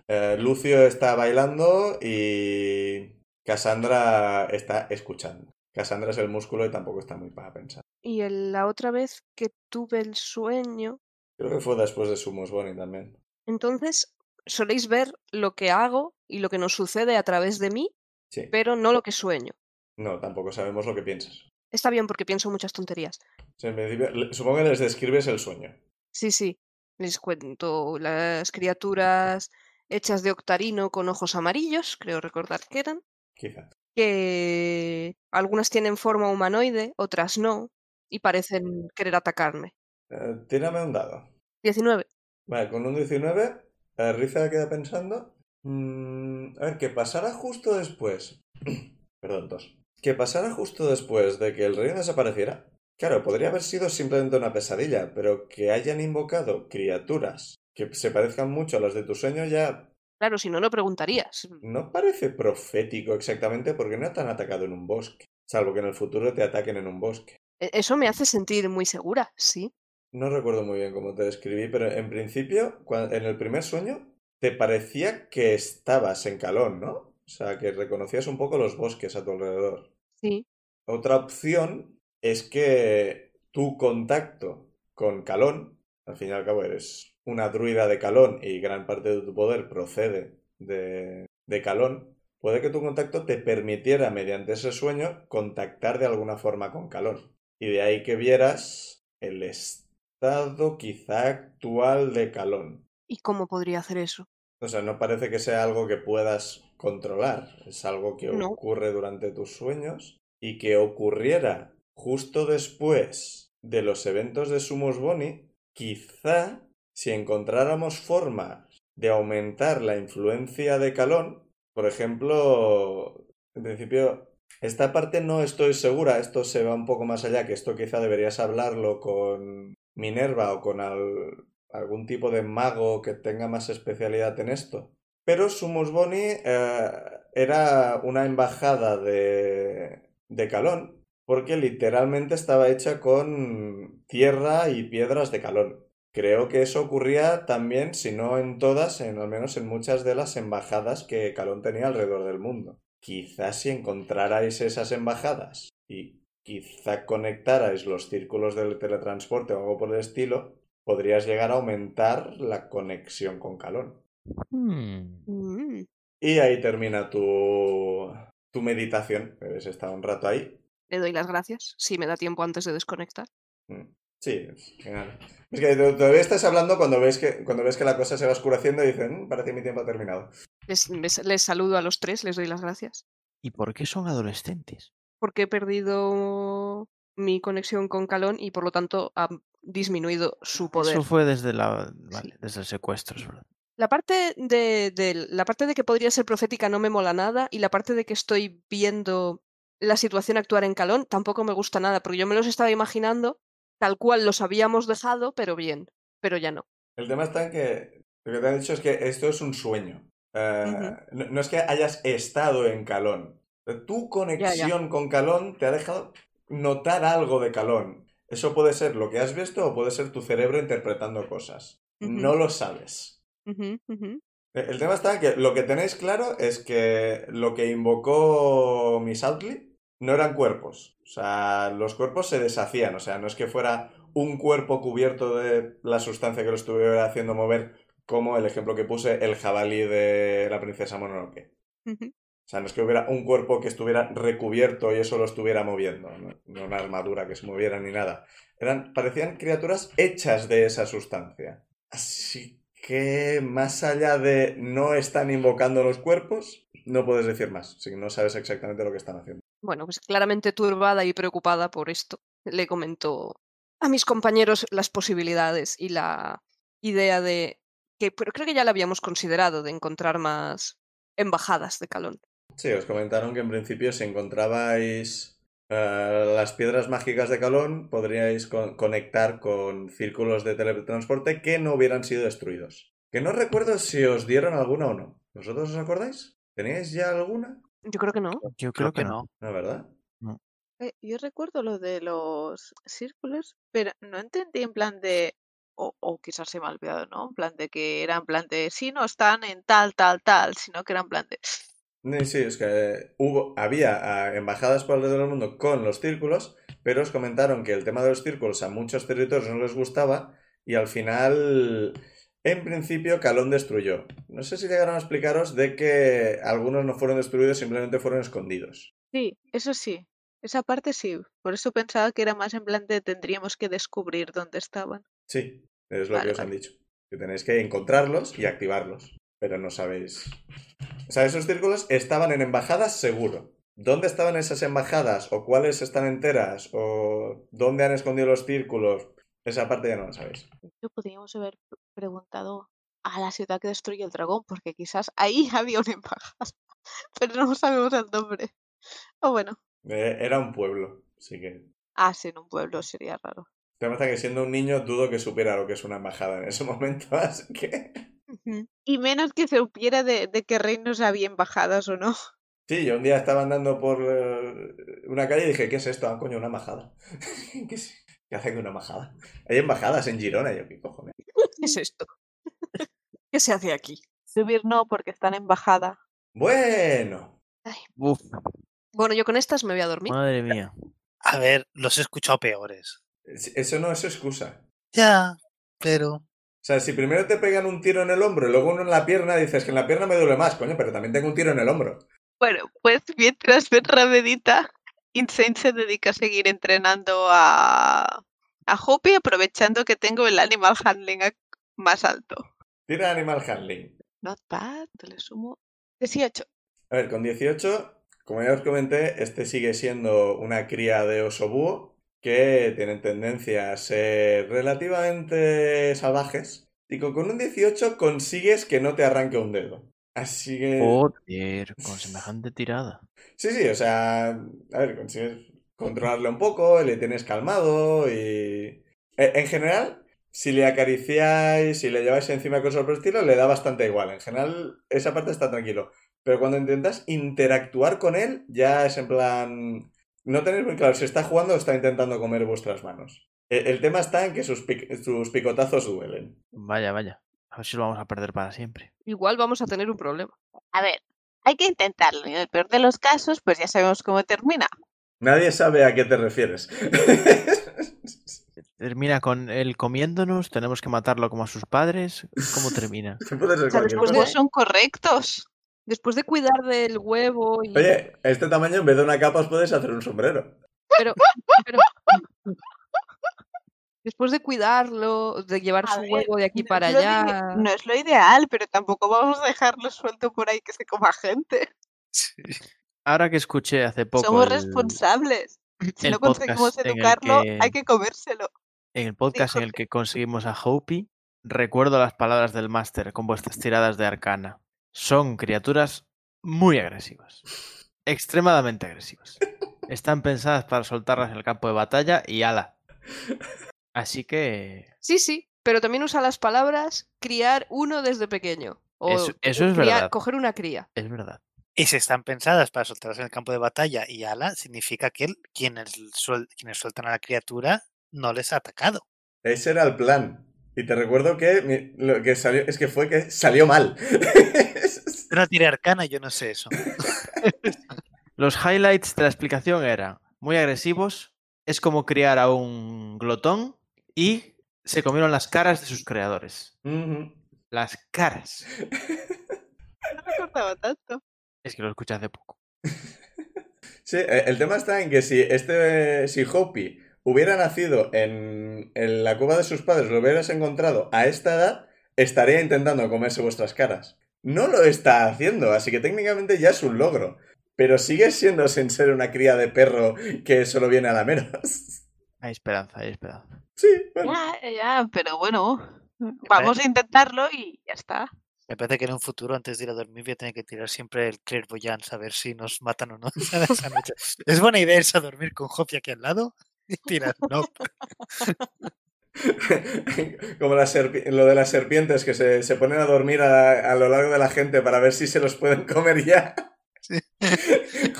[SPEAKER 1] Eh, Lucio está bailando y Cassandra está escuchando. Cassandra es el músculo y tampoco está muy para pensar.
[SPEAKER 3] Y el- la otra vez que tuve el sueño,
[SPEAKER 1] Creo que fue después de Sumos Bonnie también.
[SPEAKER 3] entonces soléis ver lo que hago y lo que nos sucede a través de mí,
[SPEAKER 1] Sí.
[SPEAKER 3] pero no lo que sueño.
[SPEAKER 1] No, tampoco sabemos lo que piensas.
[SPEAKER 3] Está bien porque pienso muchas tonterías.
[SPEAKER 1] O sea, en principio, le- supongo que les describes el sueño.
[SPEAKER 3] Sí, sí. Les cuento las criaturas hechas de octarino con ojos amarillos, creo recordar que eran,
[SPEAKER 1] Quizá.
[SPEAKER 3] que algunas tienen forma humanoide, otras no, y parecen querer atacarme.
[SPEAKER 1] Eh, tírame un dado.
[SPEAKER 3] 19.
[SPEAKER 1] Vale, con un 19, eh, Riza queda pensando. Mm, a ver, que pasara justo después. <clears throat> Perdón, tos. Que pasara justo después de que el reino desapareciera. Claro, podría haber sido simplemente una pesadilla, pero que hayan invocado criaturas que se parezcan mucho a las de tu sueño ya
[SPEAKER 3] Claro, si no, lo preguntarías.
[SPEAKER 1] No parece profético exactamente porque no te han atacado en un bosque, salvo que en el futuro te ataquen en un bosque.
[SPEAKER 3] E- Eso me hace sentir muy segura, sí.
[SPEAKER 1] No recuerdo muy bien cómo te describí, pero en principio, cua- en el primer sueño, te parecía que estabas en Calón, ¿no? O sea, que reconocías un poco los bosques a tu alrededor.
[SPEAKER 3] Sí.
[SPEAKER 1] Otra opción es que tu contacto con Calón, al fin y al cabo eres una druida de Calón y gran parte de tu poder procede de, de Calón, puede que tu contacto te permitiera mediante ese sueño contactar de alguna forma con Calón. Y de ahí que vieras el estado quizá actual de Calón.
[SPEAKER 3] ¿Y cómo podría hacer eso?
[SPEAKER 1] O sea, no parece que sea algo que puedas controlar. Es algo que
[SPEAKER 3] No.
[SPEAKER 1] ocurre durante tus sueños y que ocurriera justo después de los eventos de Sumus Boni. Quizá si encontráramos forma de aumentar la influencia de Calón, por ejemplo, en principio, esta parte no estoy segura. Esto se va un poco más allá, que esto quizá deberías hablarlo con Minerva o con al, algún tipo de mago que tenga más especialidad en esto. Pero Sumus Boni eh, era una embajada de, de Calón, porque literalmente estaba hecha con tierra y piedras de Calón. Creo que eso ocurría también, si no en todas, en al menos en muchas de las embajadas que Calón tenía alrededor del mundo. Quizás si encontrarais esas embajadas y quizá conectarais los círculos del teletransporte o algo por el estilo, podrías llegar a aumentar la conexión con Calón.
[SPEAKER 5] Hmm.
[SPEAKER 3] Mm.
[SPEAKER 1] Y ahí termina tu, tu meditación. Habéis estado un rato ahí.
[SPEAKER 3] Le doy las gracias, si me da tiempo antes de desconectar.
[SPEAKER 1] Mm, Sí, genial. Es que to- todavía estás hablando cuando ves que, cuando ves que la cosa se va oscureciendo y dices, "Mm, parece que mi tiempo ha terminado.
[SPEAKER 3] Les, les- les saludo a los tres, les doy las gracias.
[SPEAKER 5] ¿Y por qué son adolescentes?
[SPEAKER 3] Porque he perdido mi conexión con Calón y por lo tanto ha disminuido su poder.
[SPEAKER 5] Eso fue desde, la, vale, desde el secuestro, es verdad.
[SPEAKER 3] La parte de, de- la parte de que podría ser profética no me mola nada y la parte de que estoy viendo la situación actuar en Calón tampoco me gusta nada porque yo me los estaba imaginando tal cual los habíamos dejado, pero bien, pero ya no.
[SPEAKER 1] El tema está en que lo que te han dicho es que esto es un sueño. Eh,
[SPEAKER 3] Ujú.
[SPEAKER 1] no, no es que hayas estado en Calón. Eh, Tu conexión con Calón te ha dejado notar algo de Calón. Eso puede ser lo que has visto o puede ser tu cerebro interpretando cosas.
[SPEAKER 3] Ujú.
[SPEAKER 1] No lo sabes.
[SPEAKER 3] Ujú, ujú.
[SPEAKER 1] Eh, El tema está en que lo que tenéis claro es que lo que invocó Miss Outley no eran cuerpos. O sea, los cuerpos se deshacían. O sea, no es que fuera un cuerpo cubierto de la sustancia que lo estuviera haciendo mover, como el ejemplo que puse, el jabalí de la princesa Mononoke.
[SPEAKER 3] Ujú.
[SPEAKER 1] O sea, no es que hubiera un cuerpo que estuviera recubierto y eso lo estuviera moviendo, no, no una armadura que se moviera ni nada. Eran, parecían criaturas hechas de esa sustancia. Así que, más allá de no están invocando los cuerpos, no puedes decir más, si no sabes exactamente lo que están haciendo.
[SPEAKER 3] Bueno, pues claramente turbada y preocupada por esto, le comentó a mis compañeros las posibilidades y la idea de que pero creo que ya la habíamos considerado de encontrar más embajadas de Calón.
[SPEAKER 1] Sí, os comentaron que en principio si encontrabais eh, las piedras mágicas de Calón, podríais con- conectar con círculos de teletransporte que no hubieran sido destruidos. Que no recuerdo si os dieron alguna o no. ¿Vosotros os acordáis? ¿Teníais ya alguna?
[SPEAKER 3] Yo creo que no.
[SPEAKER 5] Yo creo, que, no.
[SPEAKER 1] No, ¿verdad?
[SPEAKER 2] Eh, Yo recuerdo lo de los círculos, pero no entendí en plan de, o, o quizás se me ha olvidado, ¿no? En plan de que era en plan de, sí, no están en tal, tal, tal, sino que era en plan de,
[SPEAKER 1] Ni- Sí, es que hubo, había ah, embajadas por alrededor del mundo con los círculos, pero os comentaron que el tema de los círculos a muchos territorios no les gustaba y al final, en principio, Calón destruyó. No sé si llegaron a explicaros de que algunos no fueron destruidos, simplemente fueron escondidos.
[SPEAKER 2] sí, eso sí, esa parte sí. Por eso pensaba que era más en plan de tendríamos que descubrir dónde estaban.
[SPEAKER 1] Sí, es lo
[SPEAKER 2] Vale,
[SPEAKER 1] que os han dicho. Que tenéis que encontrarlos y activarlos, pero no sabéis. O sea, esos círculos estaban en embajadas seguro. ¿Dónde estaban esas embajadas? ¿O cuáles están enteras? ¿O dónde han escondido los círculos? Esa parte ya no la sabéis.
[SPEAKER 2] Yo podríamos haber pre- preguntado a la ciudad que destruye el dragón, porque quizás ahí <laughs> había una embajada, pero no sabemos el nombre. O bueno,
[SPEAKER 1] Eh, Era un pueblo, así que... El
[SPEAKER 2] ah, sí, en un pueblo sería raro.
[SPEAKER 1] tema está que siendo un niño dudo que supiera lo que es una embajada en ese momento, <laughs> así que...
[SPEAKER 3] Ujú.
[SPEAKER 2] Y menos que se supiera de, de qué reinos había embajadas o no.
[SPEAKER 1] Sí, yo un día estaba andando por eh, una calle y dije, <laughs> ¿qué es esto? Ah, coño, una embajada. Que sí. que hace que una embajada. Hay embajadas en Girona, yo qué cojones.
[SPEAKER 3] ¿Qué <laughs> es esto? <laughs> ¿Qué se hace aquí?
[SPEAKER 2] Subir no, porque están en bajada.
[SPEAKER 1] Bueno,
[SPEAKER 5] Uf,
[SPEAKER 3] Bueno, yo con estas me voy a dormir.
[SPEAKER 5] madre <laughs> mía.
[SPEAKER 4] A ver, los he escuchado peores.
[SPEAKER 1] es- eso no es excusa.
[SPEAKER 4] Ya, pero.
[SPEAKER 1] O sea, si primero te pegan un tiro en el hombro y luego uno en la pierna, dices que en la pierna me duele más, coño, pero también tengo un tiro en el hombro.
[SPEAKER 2] Bueno, pues mientras Benra medita, Insane se dedica a seguir entrenando a, a Hopi, aprovechando que tengo el animal handling ac- más alto.
[SPEAKER 1] Tira Animal Handling.
[SPEAKER 2] Not bad, le sumo 18.
[SPEAKER 1] A ver, con 18, como ya os comenté, este sigue siendo una cría de oso búho que tienen tendencia a ser relativamente salvajes. Y con con un 18 consigues que no te arranque un dedo. Así
[SPEAKER 5] Eh.
[SPEAKER 1] que...
[SPEAKER 5] Oh. Joder, con semejante tirada.
[SPEAKER 1] Sí, sí, o sea, a ver, consigues controlarle un poco, le tienes calmado y... e- En general, si le acariciáis, si le lleváis encima con por el estilo, le da bastante igual. En general, esa parte está tranquilo. Pero cuando intentas interactuar con él, ya es en plan... No tenéis muy claro si está jugando o está intentando comer vuestras manos. E- El tema está en que sus, pic- sus picotazos duelen.
[SPEAKER 5] Vaya, vaya. A ver si lo vamos a perder para siempre.
[SPEAKER 3] Igual vamos a tener un problema.
[SPEAKER 2] A ver, hay que intentarlo. y En el peor de los casos, pues ya sabemos cómo termina.
[SPEAKER 1] Nadie sabe a qué te refieres. <laughs>
[SPEAKER 5] Termina Eh, con él comiéndonos, tenemos que matarlo como a sus padres. ¿Cómo termina?
[SPEAKER 1] Puede ser
[SPEAKER 3] O sea,
[SPEAKER 1] cualquier
[SPEAKER 2] Los
[SPEAKER 3] después de-
[SPEAKER 1] cosa.
[SPEAKER 2] dos son correctos.
[SPEAKER 3] Después de cuidar del huevo y...
[SPEAKER 1] Oye, a este tamaño en vez de una capa os podéis hacer un sombrero.
[SPEAKER 3] Pero, pero- Después de cuidarlo, de llevar
[SPEAKER 2] A
[SPEAKER 3] su
[SPEAKER 2] ver,
[SPEAKER 3] huevo de aquí
[SPEAKER 2] No
[SPEAKER 3] para
[SPEAKER 2] es lo ide-
[SPEAKER 3] allá...
[SPEAKER 2] No es lo ideal, pero tampoco vamos a dejarlo suelto por ahí que se coma gente.
[SPEAKER 5] <laughs> Ahora que escuché hace poco
[SPEAKER 2] Somos
[SPEAKER 5] el-
[SPEAKER 2] responsables. Si
[SPEAKER 5] el
[SPEAKER 2] no conseguimos
[SPEAKER 5] podcast en el
[SPEAKER 2] educarlo, hay
[SPEAKER 5] que-
[SPEAKER 2] que comérselo. <laughs>
[SPEAKER 5] en el podcast en el que conseguimos a Hopi, recuerdo las palabras del máster con vuestras tiradas de arcana. Son criaturas muy agresivas. Extremadamente agresivas. Están pensadas para soltarlas en el campo de batalla y ala. Así que.
[SPEAKER 3] Sí, sí, pero también usa las palabras criar uno desde pequeño. O
[SPEAKER 5] Eso- eso
[SPEAKER 3] criar-
[SPEAKER 5] es verdad.
[SPEAKER 3] Coger una cría.
[SPEAKER 5] <laughs> Es verdad.
[SPEAKER 4] Y si están pensadas para soltarlas en el campo de batalla y ala, significa que el- quienes, suel- quienes sueltan a la criatura no les ha atacado.
[SPEAKER 1] Ese era el plan. Y te recuerdo que mi- lo que salió es que fue que salió mal. <laughs>
[SPEAKER 4] Yo no tiré arcana, yo no sé eso.
[SPEAKER 5] Los highlights de la explicación eran muy agresivos, es como criar a un glotón y se comieron las caras de sus creadores.
[SPEAKER 1] Ujú.
[SPEAKER 5] Las caras.
[SPEAKER 2] No recordaba tanto.
[SPEAKER 5] Es que lo escuché hace poco.
[SPEAKER 1] sí, eh, el tema está en que si este si Hopi hubiera nacido en, en la cueva de sus padres, lo hubieras encontrado a esta edad, estaría intentando comerse vuestras caras. No lo está haciendo, así que técnicamente ya es un logro. Pero sigue siendo sin ser una cría de perro que solo viene a la menos. <laughs>
[SPEAKER 5] Hay esperanza, hay esperanza.
[SPEAKER 1] sí, bueno.
[SPEAKER 2] Ya, ya, pero bueno, vamos a intentarlo y ya está.
[SPEAKER 4] Me parece que en un futuro, antes de ir a dormir, voy a tener que tirar siempre el clairvoyance a ver si nos matan o no <laughs> esa noche. Es buena idea irse a dormir con Hopi aquí al lado <laughs> y tirar. No,
[SPEAKER 1] <laughs> Como las serpi- lo de las serpientes que se, se ponen a dormir a, a lo largo de la gente para ver si se los pueden comer ya. <laughs>
[SPEAKER 4] Sí.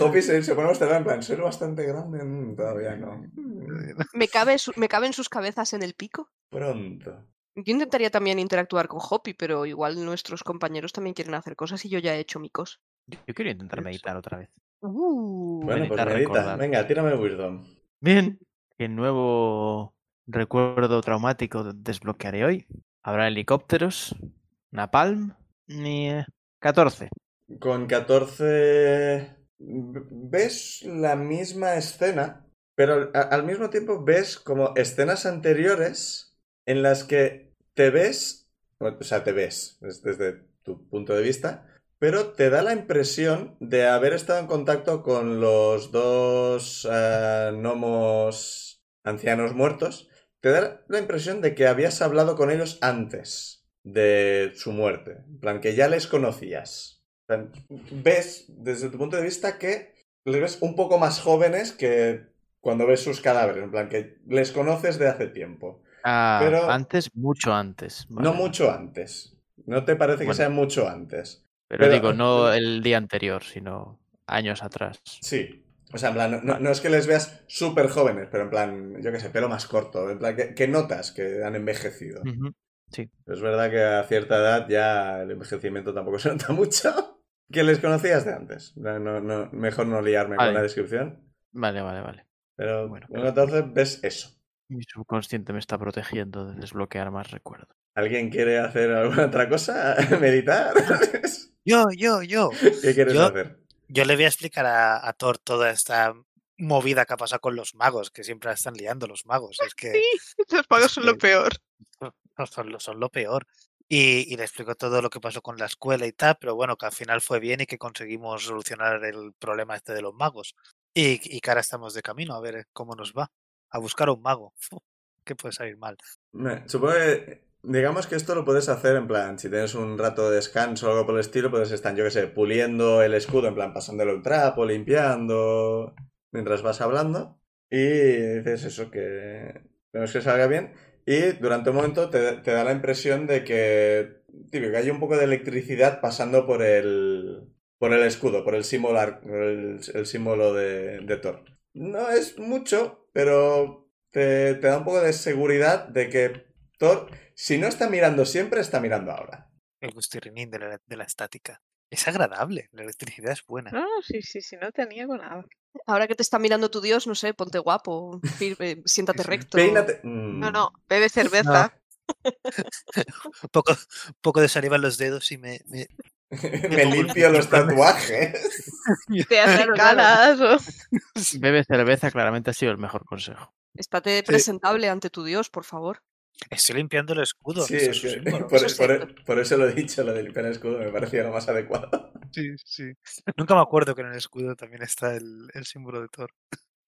[SPEAKER 1] Hopi se, se pone a observar en plan, soy bastante grande, Mm, todavía no. Mm,
[SPEAKER 3] ¿Me, cabe su- ¿Me caben sus cabezas en el pico?
[SPEAKER 1] Pronto.
[SPEAKER 3] Yo intentaría también interactuar con Hoppy, pero igual nuestros compañeros también quieren hacer cosas y yo ya he hecho micos.
[SPEAKER 5] Yo, yo quiero intentar meditar otra vez.
[SPEAKER 1] Bueno, pues
[SPEAKER 5] Meditar,
[SPEAKER 1] medita.
[SPEAKER 5] recordar.
[SPEAKER 1] Venga, tírame Wisdom.
[SPEAKER 5] Bien, qué nuevo recuerdo traumático de- desbloquearé hoy. Habrá helicópteros, napalm, ni eh, 14.
[SPEAKER 1] Con 14... v- Ves la misma escena, pero a- al mismo tiempo ves como escenas anteriores en las que te ves, o sea, te ves es desde tu punto de vista, pero te da la impresión de haber estado en contacto con los dos eh, gnomos ancianos muertos. Te da la impresión de que habías hablado con ellos antes de su muerte, en plan que ya les conocías plan, ves desde tu punto de vista que les ves un poco más jóvenes que cuando ves sus cadáveres, en plan que les conoces de hace tiempo,
[SPEAKER 5] Ah,
[SPEAKER 1] Pero-
[SPEAKER 5] antes, mucho antes.
[SPEAKER 1] no
[SPEAKER 5] vale.
[SPEAKER 1] mucho antes. No te parece que
[SPEAKER 5] Bueno.
[SPEAKER 1] sea mucho antes.
[SPEAKER 5] Pero
[SPEAKER 1] pero- <laughs>
[SPEAKER 5] digo, no el día anterior, sino años atrás.
[SPEAKER 1] Sí, O sea, en plan, no, no- no es que les veas súper jóvenes, pero en plan, yo qué sé, pelo más corto. En plan, que, que notas que han envejecido.
[SPEAKER 5] Ujú.
[SPEAKER 1] Pero es verdad que a cierta edad ya el envejecimiento tampoco <laughs> se nota mucho. Que les conocías de antes. No, no, no, mejor no liarme
[SPEAKER 5] Vale.
[SPEAKER 1] con la descripción.
[SPEAKER 5] Vale, vale, vale.
[SPEAKER 1] Pero
[SPEAKER 5] Bueno,
[SPEAKER 1] bueno, entonces ves eso.
[SPEAKER 5] Mi subconsciente me está protegiendo de desbloquear más recuerdos.
[SPEAKER 1] ¿Alguien quiere hacer alguna otra cosa? <laughs> ¿Meditar?
[SPEAKER 4] Yo, yo, yo.
[SPEAKER 1] ¿Qué quieres
[SPEAKER 4] Yo-
[SPEAKER 1] hacer?
[SPEAKER 4] Yo le voy a explicar a, a Thor toda esta movida que ha pasado con los magos, que siempre la están liando los magos. Es que
[SPEAKER 2] Los pagos son lo
[SPEAKER 4] que-
[SPEAKER 2] peor.
[SPEAKER 4] no son, lo- son lo peor. Y, y le explico todo lo que pasó con la escuela y tal, pero bueno, que al final fue bien y que conseguimos solucionar el problema este de los magos. Y, y que ahora estamos de camino a ver cómo nos va. A buscar a un mago. Fu, ¿Qué puede salir mal?
[SPEAKER 1] Me- Supongo que, digamos que esto lo puedes hacer en plan, si tienes un rato de descanso o algo por el estilo, puedes estar, yo qué sé, puliendo el escudo, en plan, pasándole un trapo, limpiando, mientras vas hablando. Y dices eso, que tenemos que salga bien. Y durante un momento te, te da la impresión de que, típico, que hay un poco de electricidad pasando por el, por el escudo, por el símbolo, ar- por el, el símbolo de, de Thor. No es mucho, pero te, te da un poco de seguridad de que Thor, si no está mirando siempre, está mirando ahora.
[SPEAKER 4] El gustirrinín de la, de la estática. Es agradable, la electricidad es
[SPEAKER 1] Ah.
[SPEAKER 4] buena.
[SPEAKER 2] No, no, sí, sí, sí, no te niego nada.
[SPEAKER 3] Ahora que te está mirando tu dios, no sé, ponte guapo, firme, siéntate recto.
[SPEAKER 1] Peínate. Mm.
[SPEAKER 2] No,
[SPEAKER 1] <laughs>
[SPEAKER 2] no, bebe cerveza.
[SPEAKER 4] Un poco, un poco de saliva en los dedos y me... me-
[SPEAKER 1] Me limpio los tatuajes.
[SPEAKER 2] Te hacen
[SPEAKER 3] Claro, claro.
[SPEAKER 2] caras. o-
[SPEAKER 5] Bebe cerveza, claramente ha sido el mejor consejo.
[SPEAKER 3] Estate presentable ante tu dios, por favor.
[SPEAKER 4] Estoy limpiando el escudo.
[SPEAKER 1] Sí,
[SPEAKER 4] eso es
[SPEAKER 1] es
[SPEAKER 4] un
[SPEAKER 1] que- <laughs>
[SPEAKER 4] símbolo.
[SPEAKER 1] por,
[SPEAKER 3] Eso es
[SPEAKER 1] por-
[SPEAKER 3] cierto.
[SPEAKER 1] por eso lo he dicho, lo del limpiar el escudo me parecía lo más adecuado.
[SPEAKER 4] Sí, sí. Nunca me acuerdo que en el escudo también está el, el símbolo de Thor.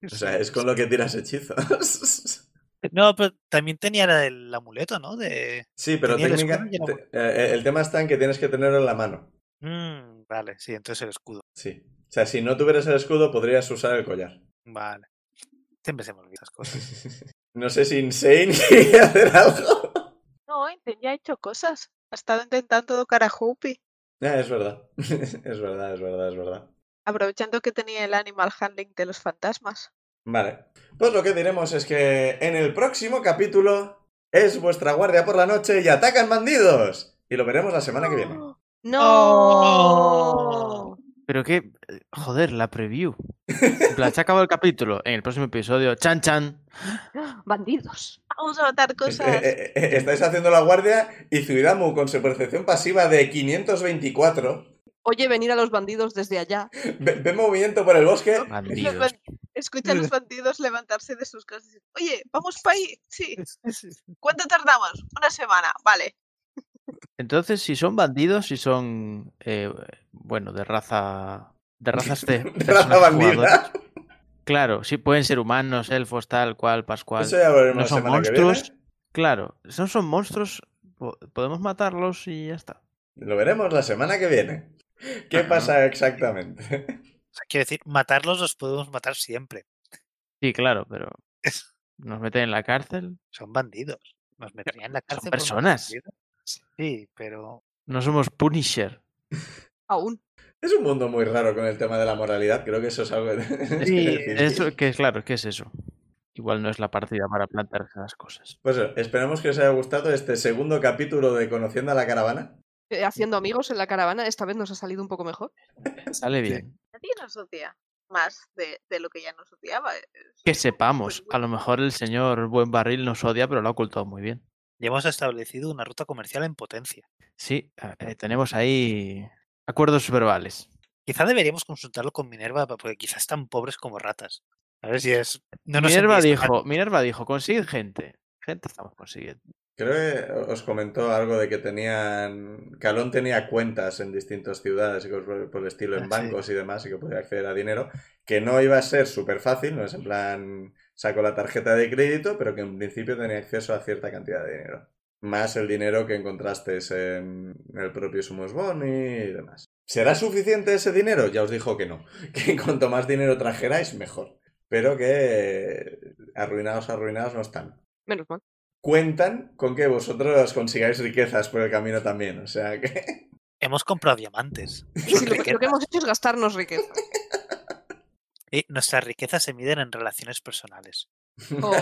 [SPEAKER 1] O
[SPEAKER 4] <laughs>
[SPEAKER 1] sea, es con lo que tiras hechizos. <laughs>
[SPEAKER 4] No, pero también tenía la- el amuleto, ¿no? De...
[SPEAKER 1] Sí, pero
[SPEAKER 4] Tenía el escudo
[SPEAKER 1] técnica.
[SPEAKER 4] y el
[SPEAKER 1] te- eh, el tema está en que tienes que tenerlo en la mano.
[SPEAKER 4] Mm, vale, sí, entonces el escudo.
[SPEAKER 1] Sí. O sea, si no tuvieras el escudo, podrías usar el collar. <laughs>
[SPEAKER 4] Vale. Siempre se me olvidan esas cosas.
[SPEAKER 1] No sé si Insane <laughs> quiere hacer algo. <laughs>
[SPEAKER 2] No, Inten ya ha hecho cosas. Ha estado intentando tocar a Hoopy.
[SPEAKER 1] Ah, es verdad. <laughs> Es verdad, es verdad, es verdad.
[SPEAKER 2] Aprovechando que tenía el animal handling de los fantasmas.
[SPEAKER 1] Vale. Pues lo que diremos es que en el próximo capítulo es vuestra guardia por la noche y atacan bandidos. Y lo veremos la semana que viene.
[SPEAKER 2] Oh,
[SPEAKER 3] ¡No!
[SPEAKER 2] Oh.
[SPEAKER 5] Pero que, eh, joder, la preview. En plan, se
[SPEAKER 1] <laughs>
[SPEAKER 5] ha acabado el capítulo. En el próximo episodio, chan chan.
[SPEAKER 3] ¡Bandidos!
[SPEAKER 2] Vamos a matar
[SPEAKER 1] Eh,
[SPEAKER 2] cosas.
[SPEAKER 1] eh, eh, estáis haciendo la guardia y Zuidamu con su percepción pasiva de 524
[SPEAKER 3] Oye, venir a los bandidos desde allá.
[SPEAKER 1] ve, ve movimiento por el bosque. <laughs>
[SPEAKER 2] Los
[SPEAKER 5] Bandidos.
[SPEAKER 2] ban- Escucha a los bandidos levantarse de sus casas. y decir, Oye, vamos para ahí. Sí. ¿Cuánto tardamos? Una semana. Vale.
[SPEAKER 5] Entonces, si son bandidos, si son, eh, bueno, de raza... De razas de
[SPEAKER 1] <laughs>
[SPEAKER 5] personas jugadoras.
[SPEAKER 1] bandida.
[SPEAKER 5] Claro, sí, pueden ser humanos, elfos, tal cual, pascual.
[SPEAKER 1] Eso ya lo veremos
[SPEAKER 5] No
[SPEAKER 1] la
[SPEAKER 5] son
[SPEAKER 1] semana
[SPEAKER 5] monstruos.
[SPEAKER 1] que viene.
[SPEAKER 5] Claro, si no son monstruos, po- podemos matarlos y ya está.
[SPEAKER 1] Lo veremos la semana que viene. ¿Qué
[SPEAKER 5] Ajá.
[SPEAKER 1] pasa exactamente?
[SPEAKER 4] O sea, quiero decir, matarlos los podemos matar siempre.
[SPEAKER 5] Sí, claro,
[SPEAKER 1] <laughs>
[SPEAKER 5] pero nos meten en la cárcel.
[SPEAKER 4] Son bandidos. Nos meterían en la cárcel. por matar
[SPEAKER 5] personas.
[SPEAKER 4] bandidos. Sí, pero
[SPEAKER 5] No somos Punisher.
[SPEAKER 3] Aún.
[SPEAKER 1] Es un mundo muy raro con el tema de la moralidad. Creo que eso es algo <laughs> que tenemos que
[SPEAKER 5] Sí,
[SPEAKER 1] decir.
[SPEAKER 5] eso, que claro, ¿qué es eso? Igual no es la partida para plantar esas cosas.
[SPEAKER 1] Pues eso, esperamos que os haya gustado este segundo capítulo de Conociendo a la Caravana.
[SPEAKER 3] Eh, Haciendo amigos en la caravana, esta vez nos ha salido un poco mejor.
[SPEAKER 5] Sale bien.
[SPEAKER 2] A ti nos odia más de, de lo que ya nos odiaba. Es-
[SPEAKER 5] Que
[SPEAKER 2] es un-
[SPEAKER 5] sepamos, a lo mejor el señor Buen Barril nos odia, pero lo ha ocultado muy bien.
[SPEAKER 4] ya hemos establecido una ruta comercial en potencia.
[SPEAKER 5] Sí, a- eh, tenemos ahí acuerdos verbales.
[SPEAKER 4] Quizá deberíamos consultarlo con Minerva, pa- porque quizás están pobres como ratas. A ver si es. No nos
[SPEAKER 5] Minerva
[SPEAKER 4] enviéis tan-
[SPEAKER 5] dijo, Minerva dijo, consiguen gente. Gente estamos consiguiendo.
[SPEAKER 1] Creo que os comentó algo de que tenían. Calón tenía cuentas en distintas ciudades y cosas por por el estilo,
[SPEAKER 4] Ah,
[SPEAKER 1] en
[SPEAKER 4] sí.
[SPEAKER 1] bancos y demás, y que podía acceder a dinero. Que no iba a ser súper fácil, no es en plan saco la tarjeta de crédito, pero que en principio tenía acceso a cierta cantidad de dinero. Más el dinero que encontrasteis en el propio Sumos Boni y demás. ¿Será suficiente ese dinero? Ya os dijo que no. <laughs> Que cuanto más dinero trajerais, mejor. Pero que arruinados, arruinados no están
[SPEAKER 3] Menos mal.
[SPEAKER 1] cuentan con que vosotros consigáis riquezas por el camino también. O sea que.
[SPEAKER 4] <laughs> Hemos comprado diamantes.
[SPEAKER 3] Sí,
[SPEAKER 4] son
[SPEAKER 3] <laughs> lo, que- lo que
[SPEAKER 4] riquezas.
[SPEAKER 3] <laughs> hemos hecho es gastarnos riqueza.
[SPEAKER 4] eh, nuestras riquezas se miden en relaciones personales.
[SPEAKER 3] Oh.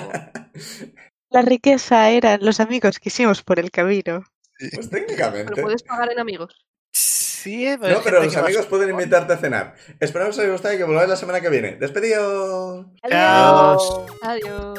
[SPEAKER 2] La riqueza eran los amigos que hicimos por el camino.
[SPEAKER 1] <laughs> Pues técnicamente.
[SPEAKER 3] Pero puedes pagar en amigos.
[SPEAKER 4] Sí, eh, hay
[SPEAKER 1] No, pero
[SPEAKER 4] gente
[SPEAKER 1] los
[SPEAKER 4] que va
[SPEAKER 1] amigos
[SPEAKER 4] su-
[SPEAKER 1] pueden invitarte a cenar. Esperamos que os guste y que volváis la semana que viene. ¡Despedido!
[SPEAKER 4] Adiós.
[SPEAKER 3] Adiós.